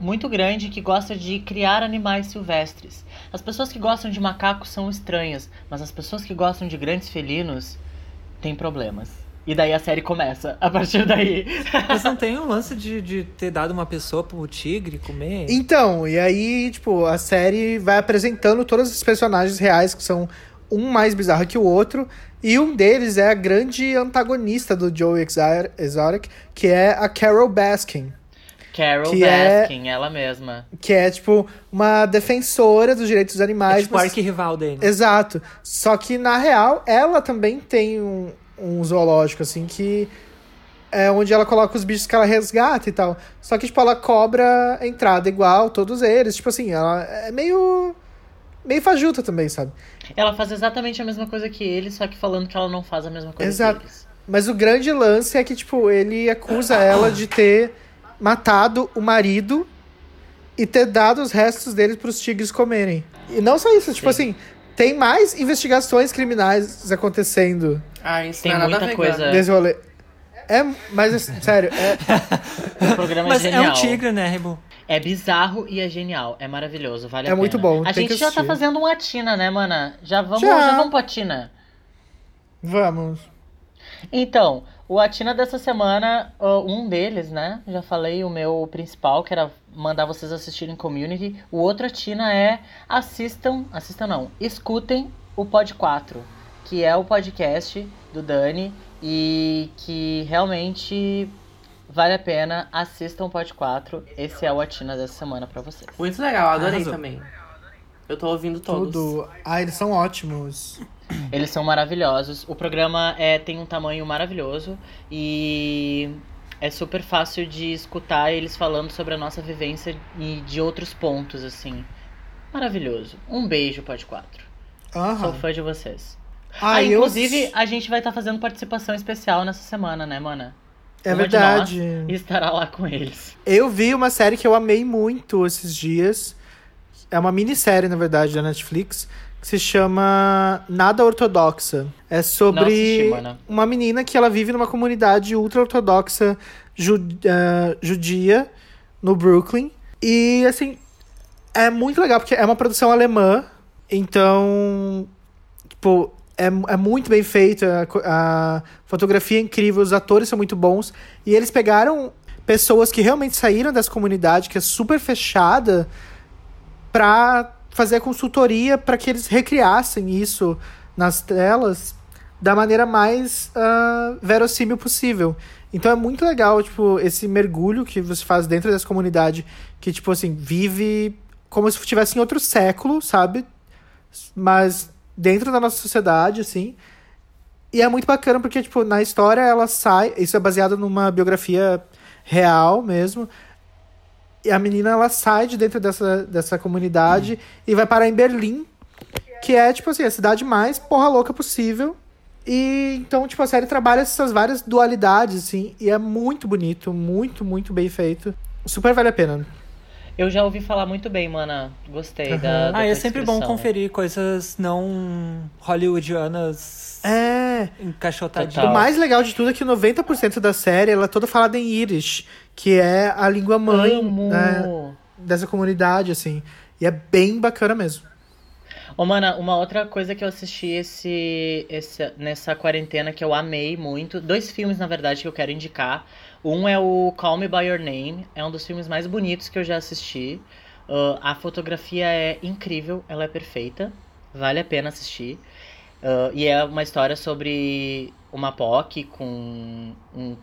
Speaker 1: muito grande que gosta de criar animais silvestres. As pessoas que gostam de macacos são estranhas, mas as pessoas que gostam de grandes felinos têm problemas. E daí a série começa, a partir daí.
Speaker 2: Mas não tem um lance de, de ter dado uma pessoa pro tigre comer?
Speaker 3: Então, e aí, tipo, a série vai apresentando todos os personagens reais que são um mais bizarro que o outro. E um deles é a grande antagonista do Joe Exar- Exotic, que é a Carol Baskin.
Speaker 1: Carol
Speaker 3: Que é-
Speaker 1: Baskin, ela mesma.
Speaker 3: Que é, tipo, uma defensora dos direitos dos
Speaker 2: É
Speaker 3: animais.
Speaker 2: tipo o
Speaker 3: mas-
Speaker 2: arquirrival dele.
Speaker 3: Exato. Só que, na real, ela também tem um, um zoológico, assim, que é onde ela coloca os bichos que ela resgata e tal. Só que, tipo, ela cobra a entrada igual, todos eles. Tipo assim, ela é meio. meio fajuta também, sabe?
Speaker 1: Ela faz exatamente a mesma coisa que ele, só que falando que ela não faz a mesma coisa
Speaker 3: Exato.
Speaker 1: que eles.
Speaker 3: Mas o grande lance é que, tipo, ele acusa ela de ter matado o marido e ter dado os restos dele pros tigres comerem. E não só isso, tipo
Speaker 1: Sim.
Speaker 3: assim, tem mais investigações criminais acontecendo.
Speaker 4: Ai, isso
Speaker 1: Tem
Speaker 4: não é nada
Speaker 1: muita
Speaker 4: vegano.
Speaker 1: coisa. É.
Speaker 3: desse rolê. É, mas é sério, é,
Speaker 1: O programa
Speaker 2: Mas
Speaker 1: é
Speaker 2: é
Speaker 1: genial.
Speaker 2: um tigre, né, Rebu?
Speaker 1: É bizarro e é genial. É maravilhoso, vale a
Speaker 3: É
Speaker 1: pena.
Speaker 3: muito bom,
Speaker 1: A
Speaker 3: tem
Speaker 1: gente
Speaker 3: que
Speaker 1: já tá
Speaker 3: assistir.
Speaker 1: fazendo uma tina, né, mana? Já vamos,
Speaker 3: Já.
Speaker 1: já. vamos pra tina.
Speaker 3: Vamos.
Speaker 1: Então, o Atina dessa semana, ó, um deles, né? Já falei o meu principal, que era mandar vocês assistirem Community. O outro Atina é assistam, assistam não, escutem o Pod 4, que é o podcast do Dani e que realmente vale a pena. Assistam o Pod 4. Esse é o Atina dessa semana pra vocês.
Speaker 4: Muito legal, adorei
Speaker 2: Arrasou.
Speaker 4: também. Eu tô ouvindo todos.
Speaker 3: Tudo. Ah, eles são ótimos.
Speaker 1: Eles são maravilhosos. O programa é, tem um tamanho maravilhoso e é super fácil de escutar eles falando sobre a nossa vivência e de outros pontos, assim. Maravilhoso. Um beijo, Pod 4. Sou
Speaker 3: Aham.
Speaker 1: fã de vocês.
Speaker 3: Ah,
Speaker 1: Ah,
Speaker 3: eu-
Speaker 1: inclusive, a gente vai estar fazendo participação especial nessa semana, né, mana?
Speaker 3: É
Speaker 1: uma de
Speaker 3: verdade.
Speaker 1: E estará lá com eles.
Speaker 3: Eu vi uma série que eu amei muito esses dias. É uma minissérie, na verdade, da Netflix, que se chama Nada Ortodoxa. É
Speaker 1: Não assisti,
Speaker 3: sobre
Speaker 1: mana.
Speaker 3: uma menina que ela vive numa comunidade ultra-ortodoxa ju- eh, judia no Brooklyn. E, assim, é muito legal, porque é uma produção alemã. Então, tipo, é, mu- é muito bem feito. A, co- a fotografia é incrível, os atores são muito bons. E eles pegaram pessoas que realmente saíram dessa comunidade, que é super fechada, pra fazer a consultoria para que eles recriassem isso nas telas da maneira mais ah, verossímil possível. Então é muito legal, tipo, esse mergulho que você faz dentro dessa comunidade que, tipo assim, vive como se estivesse em outro século, sabe? Mas dentro da nossa sociedade, assim. E é muito bacana porque, tipo, na história ela sai. Isso é baseado numa biografia real mesmo. E a menina ela sai de dentro dessa, dessa comunidade e vai parar em Berlim, que é, tipo assim, a cidade mais porra louca possível. E então, tipo, a série trabalha essas várias dualidades, assim, e é muito bonito, muito, muito bem feito. Super vale a pena.
Speaker 1: Eu já ouvi falar muito bem, mana. Gostei
Speaker 3: Aham.
Speaker 1: da, da
Speaker 2: Ah,
Speaker 1: tua
Speaker 2: é sempre bom
Speaker 1: descrição.
Speaker 2: conferir coisas não hollywoodianas
Speaker 3: É.
Speaker 1: Total.
Speaker 2: encaixotadinhas.
Speaker 3: O mais legal de tudo é que 90% da série ela é toda falada em Irish, que é a língua mãe
Speaker 1: Amo!
Speaker 3: né, dessa comunidade, assim. E é bem bacana mesmo.
Speaker 1: Ô, mana, uma outra coisa que eu assisti esse, esse- nessa quarentena que eu amei muito, dois filmes, na verdade, que eu quero indicar. Um é o Call Me By Your Name, é um dos filmes mais bonitos que eu já assisti. Ah, a fotografia é incrível, ela é perfeita, vale a pena assistir. Ah, e é uma história sobre uma POC com um-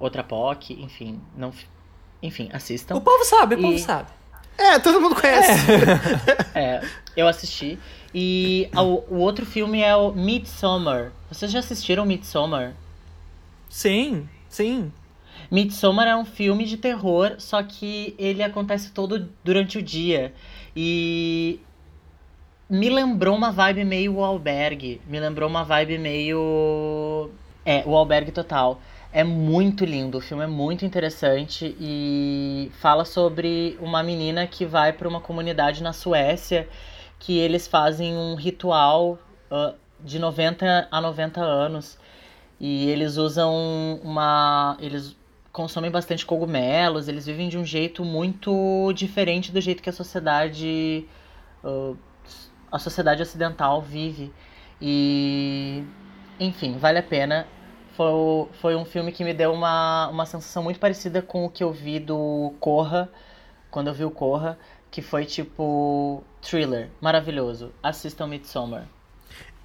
Speaker 1: outra POC, enfim, não... fi- Enfim, assistam.
Speaker 2: O povo sabe, o povo
Speaker 1: Então, E-
Speaker 2: sabe.
Speaker 3: É, todo mundo conhece.
Speaker 1: É, eu assisti. E a- o, o outro filme é o Midsommar. Vocês já assistiram Midsommar?
Speaker 2: Sim, sim.
Speaker 1: Midsommar é um filme de terror, só que ele acontece todo durante o dia. E me lembrou uma vibe meio o albergue. Me lembrou uma vibe meio. É, o albergue total. É muito lindo, o filme é muito interessante e fala sobre uma menina que vai para uma comunidade na Suécia que eles fazem um ritual ah, de 90 a 90 anos e eles usam uma. Eles consomem bastante cogumelos, eles vivem de um jeito muito diferente do jeito que a sociedade. ah, a sociedade ocidental vive. E. Enfim, vale a pena. Foi, o- foi um filme que me deu uma, uma sensação muito parecida com o que eu vi do Corra, quando eu vi o Corra, que foi tipo. thriller. Maravilhoso. Assistam Midsommar.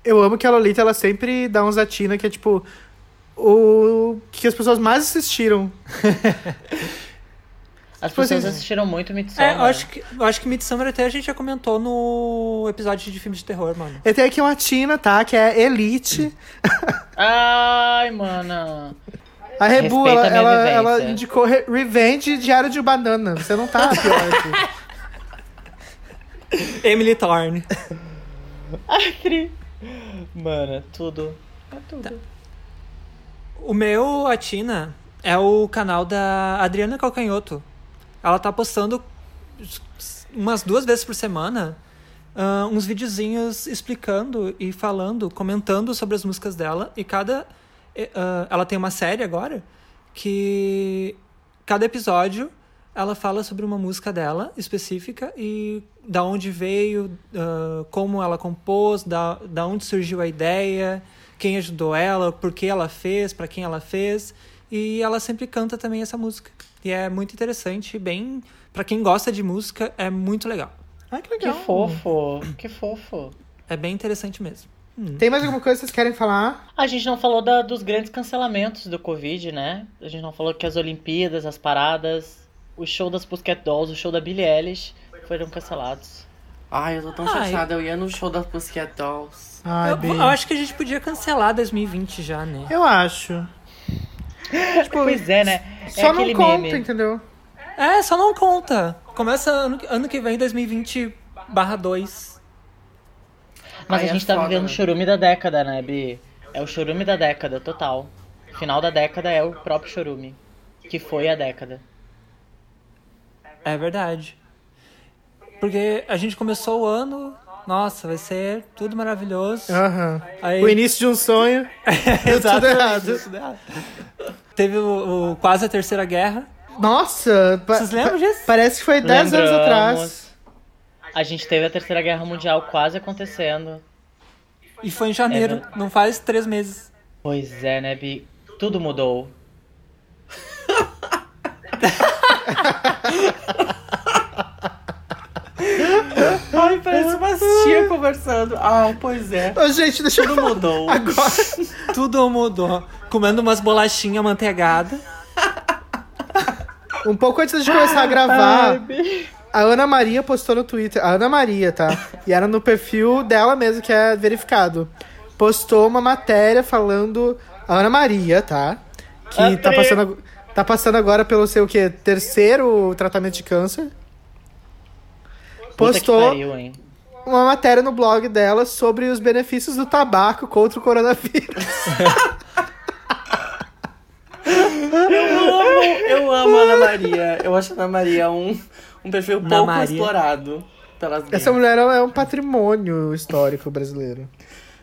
Speaker 3: Eu amo que a Lolita ela sempre dá uns atina que é tipo o que as pessoas mais assistiram.
Speaker 1: As
Speaker 3: Tipo assim,
Speaker 1: pessoas assistiram muito Midsommar.
Speaker 2: É, eu acho que, eu acho que Midsummer até a gente já comentou no episódio de filmes de terror, mano.
Speaker 3: Eu tenho aqui uma tina, tá? Que é Elite.
Speaker 1: Ai, mana.
Speaker 3: A Rebu,
Speaker 1: Respeita a
Speaker 3: ela,
Speaker 1: minha
Speaker 3: ela, ela
Speaker 1: vivência.
Speaker 3: indicou Re- Revenge e Diário de Banana. Você não tá pior aqui.
Speaker 2: Emily Thorne.
Speaker 1: Tri. Mano, tudo. É tudo.
Speaker 2: O meu, a Tina, é o canal da Adriana Calcanhoto. Ela tá postando umas duas vezes por semana ah, uns videozinhos explicando e falando, comentando sobre as músicas dela. E cada. eh, ah, ela tem uma série agora que cada episódio ela fala sobre uma música dela específica e da onde veio, ah, como ela compôs, da, da onde surgiu a ideia, quem ajudou ela, por que ela fez, pra quem ela fez. E ela sempre canta também essa música. E é muito interessante, bem. Pra quem gosta de música, é muito legal.
Speaker 3: Ah, que
Speaker 1: Que
Speaker 3: legal.
Speaker 1: fofo, que fofo.
Speaker 2: É bem interessante mesmo.
Speaker 3: Tem mais alguma coisa que vocês querem falar?
Speaker 1: A gente não falou da- dos grandes cancelamentos do Covid, né? A gente não falou que as Olimpíadas, as paradas, o show das Pussycat Dolls, o show da Billie Eilish foram cancelados.
Speaker 4: Ai, eu tô tão
Speaker 2: Ai.
Speaker 4: chateada. Eu ia no show da Pussycat Dolls.
Speaker 3: Ai,
Speaker 2: Eu,
Speaker 3: Ah, bem.
Speaker 2: eu acho que a gente podia cancelar 2020 já, né?
Speaker 3: Eu acho. Tipo,
Speaker 1: Pois é, né? É
Speaker 3: Só
Speaker 1: aquele
Speaker 3: não conta, então.
Speaker 1: meme.
Speaker 3: entendeu?
Speaker 2: É, só não conta. Começa ano, ano que vem, 2020 barra 2.
Speaker 1: Mas
Speaker 4: Ai,
Speaker 1: a
Speaker 4: é
Speaker 1: gente tá
Speaker 4: foda,
Speaker 1: vivendo
Speaker 4: né?
Speaker 1: o chorume da década, né, Bi? É o chorume da década, total. Final da década é o próprio chorume, que foi a década.
Speaker 2: É verdade. Porque a gente começou o ano, nossa, vai ser tudo maravilhoso.
Speaker 3: Aham.
Speaker 2: Aí-
Speaker 3: O início de um sonho. deu tudo errado.
Speaker 2: deu tudo errado. Teve o, o- quase a Terceira Guerra.
Speaker 3: Nossa! pa-
Speaker 2: Vocês lembram disso?
Speaker 3: Parece que foi 10 anos
Speaker 1: Lembramos.
Speaker 3: atrás.
Speaker 1: A gente teve a Terceira Guerra Mundial quase acontecendo.
Speaker 2: E foi em janeiro,
Speaker 1: É verdade.
Speaker 2: não faz três meses.
Speaker 1: Pois é, né, Bi? Tudo mudou.
Speaker 4: Ai, parece umas tia conversando. Ah, pois é.
Speaker 3: Ô, gente, deixa eu
Speaker 4: Tudo mudou.
Speaker 3: agora.
Speaker 2: Tudo mudou. Comendo umas bolachinhas manteigadas.
Speaker 3: Um pouco antes de começar a gravar, a Ana Maria postou no Twitter. A Ana Maria, tá? E era no perfil dela mesmo, que é verificado. Postou uma matéria falando. A Ana Maria, tá? Que tá
Speaker 1: André.
Speaker 3: passando, ag- tá passando agora pelo seu o quê? Terceiro tratamento de câncer.
Speaker 1: Puta que
Speaker 3: Postou
Speaker 1: pariu, hein?
Speaker 3: uma matéria no blog dela sobre os benefícios do tabaco contra o coronavírus.
Speaker 4: Eu amo, eu amo a Ana Maria. Eu acho a Ana Maria um, um perfil
Speaker 2: Ana
Speaker 4: pouco
Speaker 2: Maria.
Speaker 4: explorado pelas gays.
Speaker 3: Essa mulher é um patrimônio histórico brasileiro.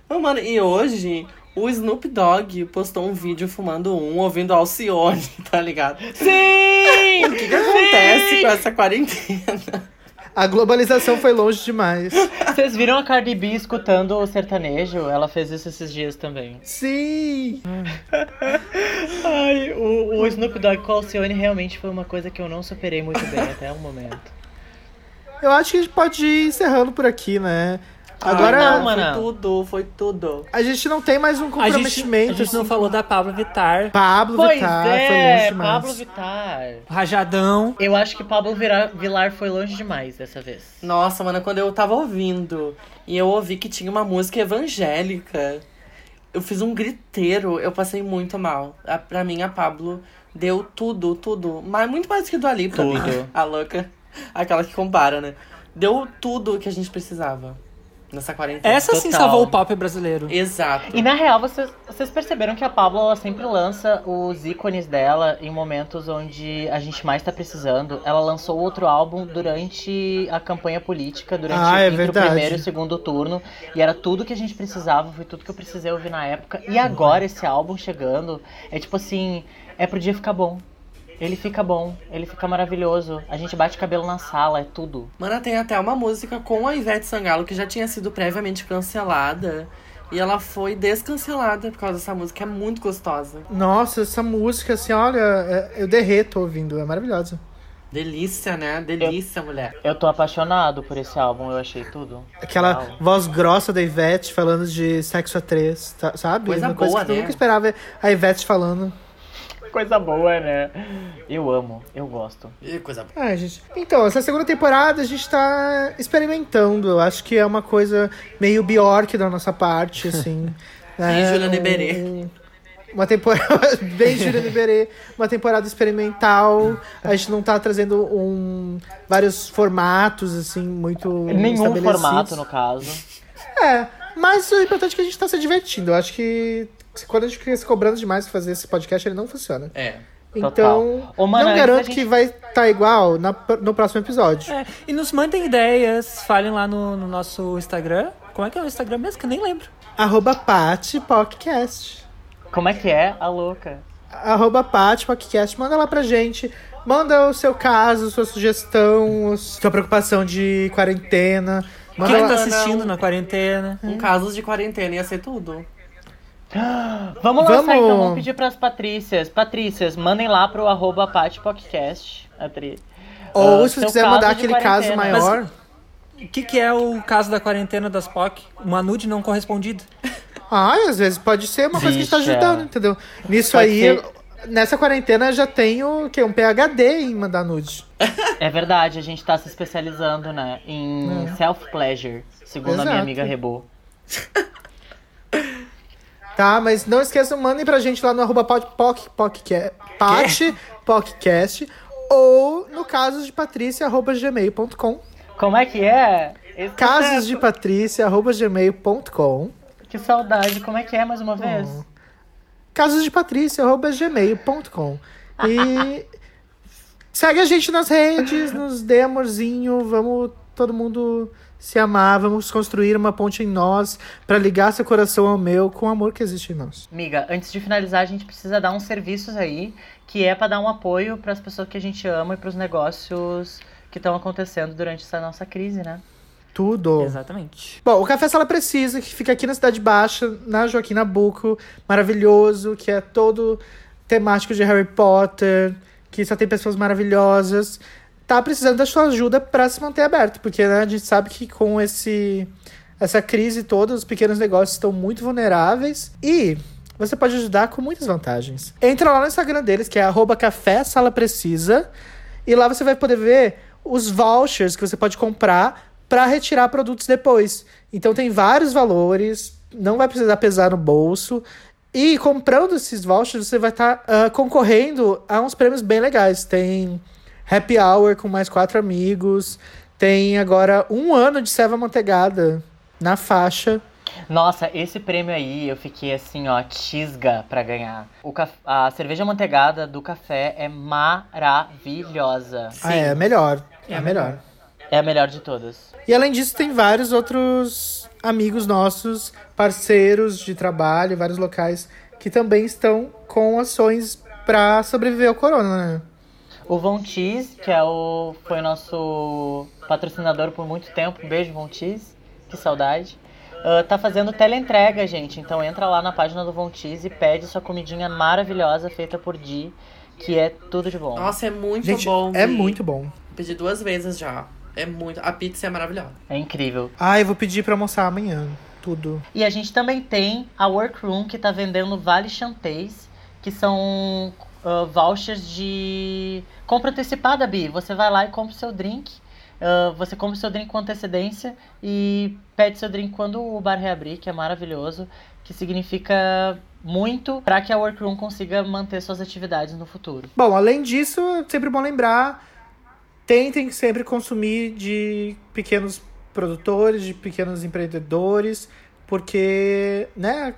Speaker 4: Não, mano, e hoje o Snoop Dogg postou um vídeo fumando um, ouvindo Alcione, tá ligado?
Speaker 1: Sim!
Speaker 4: O que, que acontece com essa quarentena?
Speaker 3: A globalização foi longe demais.
Speaker 1: Vocês viram a Cardi B escutando o sertanejo? Ela fez isso esses dias também.
Speaker 3: Sim!
Speaker 1: Ai, o, o Snoop Dogg com a Alcione realmente foi uma coisa que eu não superei muito bem até o momento.
Speaker 3: Eu acho que a gente pode ir encerrando por aqui, né? Agora
Speaker 1: não,
Speaker 4: foi
Speaker 1: mano.
Speaker 4: tudo, foi tudo.
Speaker 3: a gente não tem mais um
Speaker 2: A gente,
Speaker 3: comprometimento.
Speaker 2: a gente não
Speaker 3: assim.
Speaker 2: falou da Pablo Vittar.
Speaker 3: Pablo
Speaker 1: pois
Speaker 3: Vittar foi longe
Speaker 1: é,
Speaker 3: demais.
Speaker 1: Pablo Vittar.
Speaker 2: Rajadão.
Speaker 1: Eu acho que Pablo Vira- Vilar foi longe demais dessa vez.
Speaker 4: Nossa, mano, quando eu tava ouvindo e eu ouvi que tinha uma música evangélica, eu fiz um griteiro, eu passei muito mal. A, pra mim, a Pablo deu tudo, tudo. Mas muito mais que do Ali, pra mim.
Speaker 1: Tudo.
Speaker 4: A louca, aquela que compara, né? Deu tudo que a gente precisava nessa quarentena.
Speaker 2: Essa sim
Speaker 1: Total.
Speaker 2: salvou o pop brasileiro.
Speaker 4: Exato.
Speaker 1: E na real, vocês, vocês perceberam que a Pablo ela sempre lança os ícones dela em momentos onde a gente mais tá precisando. Ela lançou outro álbum durante a campanha política, durante
Speaker 3: Ah, é
Speaker 1: entre
Speaker 3: verdade.
Speaker 1: o primeiro e o segundo turno. E era tudo que a gente precisava, foi tudo que eu precisei ouvir na época. E agora esse álbum chegando é tipo assim: é pro dia ficar bom. Ele fica bom, ele fica maravilhoso. A gente bate cabelo na sala, é tudo.
Speaker 4: Mana tem até uma música com a Ivete Sangalo que já tinha sido previamente cancelada. E ela foi descancelada por causa dessa música, é muito gostosa.
Speaker 3: Nossa, essa música, assim, olha, é- eu derreto ouvindo, é maravilhosa.
Speaker 4: Delícia, né? Delícia, mulher.
Speaker 1: Eu tô apaixonado por esse álbum, eu achei tudo.
Speaker 3: Aquela
Speaker 1: Uau.
Speaker 3: voz grossa da Ivete falando de sexo a três, tá- sabe?
Speaker 4: Coisa
Speaker 3: Uma
Speaker 4: boa,
Speaker 3: que eu
Speaker 4: né?
Speaker 3: nunca esperava a Ivete falando.
Speaker 1: Coisa boa, né? Eu amo, eu gosto.
Speaker 4: Ih, coisa boa.
Speaker 3: Ah, gente. Então, essa segunda temporada a gente tá experimentando. Eu acho que é uma coisa meio Bjork da nossa parte, assim. né?
Speaker 4: Juliana
Speaker 3: Um-
Speaker 4: Iberê.
Speaker 3: um- Uma temporada. Bem Juliana Iberê. Uma temporada experimental. A gente não tá trazendo um. vários formatos, assim, muito.
Speaker 1: Nenhum
Speaker 3: estabelecidos.
Speaker 1: formato, no caso.
Speaker 3: É. Mas o importante é que a gente tá se divertindo. Eu acho que quando a gente fica se cobrando demais pra fazer esse podcast, ele não funciona.
Speaker 4: É.
Speaker 1: Total.
Speaker 3: Então,
Speaker 1: Ô, mano,
Speaker 3: não
Speaker 1: antes da
Speaker 3: garanto
Speaker 1: gente-
Speaker 3: que vai estar tá igual na- no próximo episódio.
Speaker 2: É, e nos mandem ideias, falem lá no, no nosso Instagram. Como é que é o Instagram mesmo? Que eu nem lembro.
Speaker 3: Arroba Pati Podcast.
Speaker 1: Como é que é a louca?
Speaker 3: Arroba Pati Podcast. Manda lá pra gente. Manda o seu caso, sua sugestão, a sua preocupação de quarentena.
Speaker 2: Quem
Speaker 3: Manda
Speaker 2: que tá
Speaker 3: lá.
Speaker 2: assistindo na quarentena?
Speaker 4: Um caso de quarentena ia ser tudo.
Speaker 1: Vamos lançar
Speaker 3: Vamos.
Speaker 1: então, vamos pedir pras Patrícias. Patrícias, mandem lá pro arroba Pati Podcast. Atri-
Speaker 3: Ou
Speaker 1: Ah,
Speaker 3: se
Speaker 1: seu
Speaker 3: você quiser
Speaker 1: caso de
Speaker 3: mandar aquele caso
Speaker 2: É
Speaker 1: quarentena.
Speaker 3: maior.
Speaker 2: O que, que é o caso da quarentena das POC? Uma nude não correspondida.
Speaker 3: Ah, às vezes pode ser uma coisa que está
Speaker 1: Bicha.
Speaker 3: ajudando, entendeu? Nisso
Speaker 1: é. Pode
Speaker 3: aí,
Speaker 1: ser.
Speaker 3: nessa quarentena eu já tenho que um PhD em mandar nude.
Speaker 1: É verdade, a gente tá se especializando, né? Em self-pleasure, segundo a minha
Speaker 3: Exato.
Speaker 1: amiga Rebo.
Speaker 3: Tá, mas não esqueçam, mandem pra gente lá no arroba pod- poc- podcast- pat- podcast ou no caso de patrícia arroba gmail.com
Speaker 1: Como é que é? Esse
Speaker 3: casos
Speaker 1: sucesso.
Speaker 3: de patrícia arroba gmail.com
Speaker 1: Que saudade, como é que é mais uma vez?
Speaker 3: casos de patrícia arroba gmail.com e segue a gente nas redes nos dê amorzinho vamos todo mundo se amar vamos construir uma ponte em nós pra ligar seu coração ao meu com o amor que existe em nós
Speaker 1: Amiga, antes de finalizar, a gente precisa dar uns serviços aí, que é pra dar um apoio pras pessoas que a gente ama e pros negócios que estão acontecendo durante essa nossa crise, né?
Speaker 3: tudo
Speaker 2: Exatamente.
Speaker 3: Bom, o Café Sala Precisa, que fica aqui na Cidade Baixa, na Joaquim Nabuco, maravilhoso, que é todo temático de Harry Potter, que só tem pessoas maravilhosas. Tá precisando da sua ajuda para se manter aberto, porque né, a gente sabe que com esse essa crise toda, os pequenos negócios estão muito vulneráveis e você pode ajudar com muitas vantagens. Entra lá no Instagram deles, que é arroba café sala precisa, e lá você vai poder ver os vouchers que você pode comprar para retirar produtos depois. Então tem vários valores, não vai precisar pesar no bolso. E comprando esses vouchers, você vai estar concorrendo a uns prêmios bem legais. Tem happy hour com mais quatro amigos, tem agora um ano de ceva manteigada na faixa.
Speaker 1: Nossa, esse prêmio aí eu fiquei assim, ó, tisga pra ganhar. O caf- A cerveja manteigada do café é maravilhosa.
Speaker 3: Ah, é, melhor. É, melhor.
Speaker 1: É a melhor de todas.
Speaker 3: E além disso, tem vários outros amigos nossos, parceiros de trabalho, vários locais que também estão com ações para sobreviver ao corona, né?
Speaker 1: O Von Tees, que é o... foi o nosso patrocinador por muito tempo. Um beijo, Von Tees. Que saudade. Ah, tá fazendo teleentrega, gente. Então entra lá na página do Von Tees e pede sua comidinha maravilhosa feita por Di, que é tudo de bom.
Speaker 4: Nossa, é muito
Speaker 3: Gente,
Speaker 4: bom.
Speaker 3: é
Speaker 4: Vi.
Speaker 3: muito bom.
Speaker 4: Pedi duas vezes já. É muito. A pizza é maravilhosa.
Speaker 1: É incrível.
Speaker 3: Ah, eu vou pedir para almoçar amanhã. Tudo.
Speaker 1: E a gente também tem a Workroom, que tá vendendo Vale Chanteis, que são ah, vouchers de compra antecipada, Bi. Você vai lá e compra o seu drink. ah, você compra o seu drink com antecedência e pede seu drink quando o bar reabrir, que é maravilhoso, que significa muito para que a Workroom consiga manter suas atividades no futuro.
Speaker 3: Bom, além disso, é sempre bom lembrar: tentem sempre consumir de pequenos produtores, de pequenos empreendedores, porque né,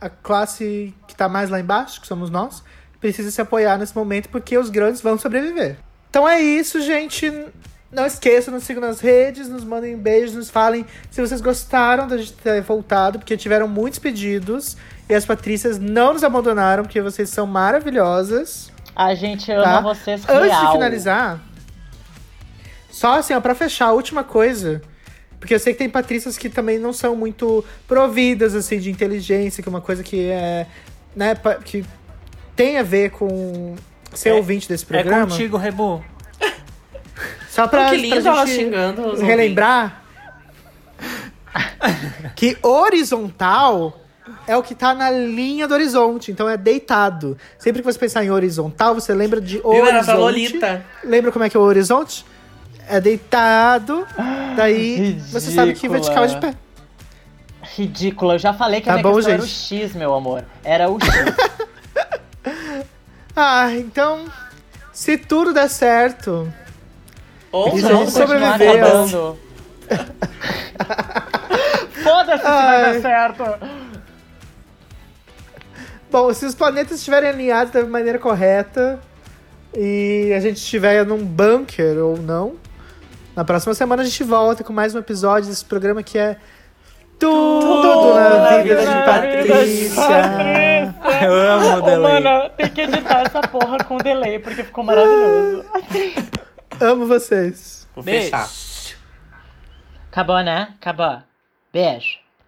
Speaker 3: a, a classe que está mais lá embaixo, que somos nós, precisa se apoiar nesse momento, porque os grandes vão sobreviver. Então é isso, gente. Não esqueçam, nos sigam nas redes, nos mandem beijos, nos falem se vocês gostaram da gente ter voltado, porque tiveram muitos pedidos e as Patrícias não nos abandonaram, porque vocês são maravilhosas.
Speaker 1: A gente ama
Speaker 3: Tá.
Speaker 1: vocês real.
Speaker 3: Antes de finalizar, só assim, ó, pra fechar, a última coisa. Porque eu sei que tem patrícias que também não são muito providas, assim, de inteligência, que é uma coisa que é. né, pa- que tem a ver com ser
Speaker 2: É-
Speaker 3: ouvinte desse
Speaker 2: É
Speaker 3: programa.
Speaker 2: contigo, Rebu.
Speaker 3: Só pra,
Speaker 4: Oh, que lindo
Speaker 3: pra
Speaker 4: ela
Speaker 3: gente
Speaker 4: xingando os
Speaker 3: relembrar que horizontal é o que tá na linha do horizonte, então é deitado. Sempre que você pensar em horizontal, você lembra de
Speaker 4: Viu?
Speaker 3: horizonte.
Speaker 4: Era pra Lolita.
Speaker 3: Lembra como é que é o horizonte? É deitado, daí você sabe que
Speaker 1: ridícula.
Speaker 3: vertical é de pé.
Speaker 1: Ridícula, eu já falei que a
Speaker 3: Tá
Speaker 1: minha
Speaker 3: bom,
Speaker 1: questão era o
Speaker 3: gente.
Speaker 1: X, meu amor. Era o X.
Speaker 3: Ah, então, se tudo der certo,
Speaker 4: Ou
Speaker 3: Isso, é
Speaker 4: não,
Speaker 3: gente,
Speaker 4: foi
Speaker 3: sobre-
Speaker 1: continuar
Speaker 3: sobreviveu.
Speaker 1: acabando. Foda-se se vai dar
Speaker 3: Ai.
Speaker 1: certo.
Speaker 3: bom, se os planetas estiverem alinhados da maneira correta e a gente estiver num bunker ou não, na próxima semana a gente volta com mais um episódio desse programa que é Tudo, na Vida de Patrícia.
Speaker 2: Eu amo o
Speaker 1: Ô,
Speaker 2: delay.
Speaker 1: mano, tem que editar essa porra com delay, porque ficou maravilhoso.
Speaker 3: Amo vocês.
Speaker 4: Vou
Speaker 2: Beijo.
Speaker 4: fechar.
Speaker 1: Acabou, né? Acabou. Beijo.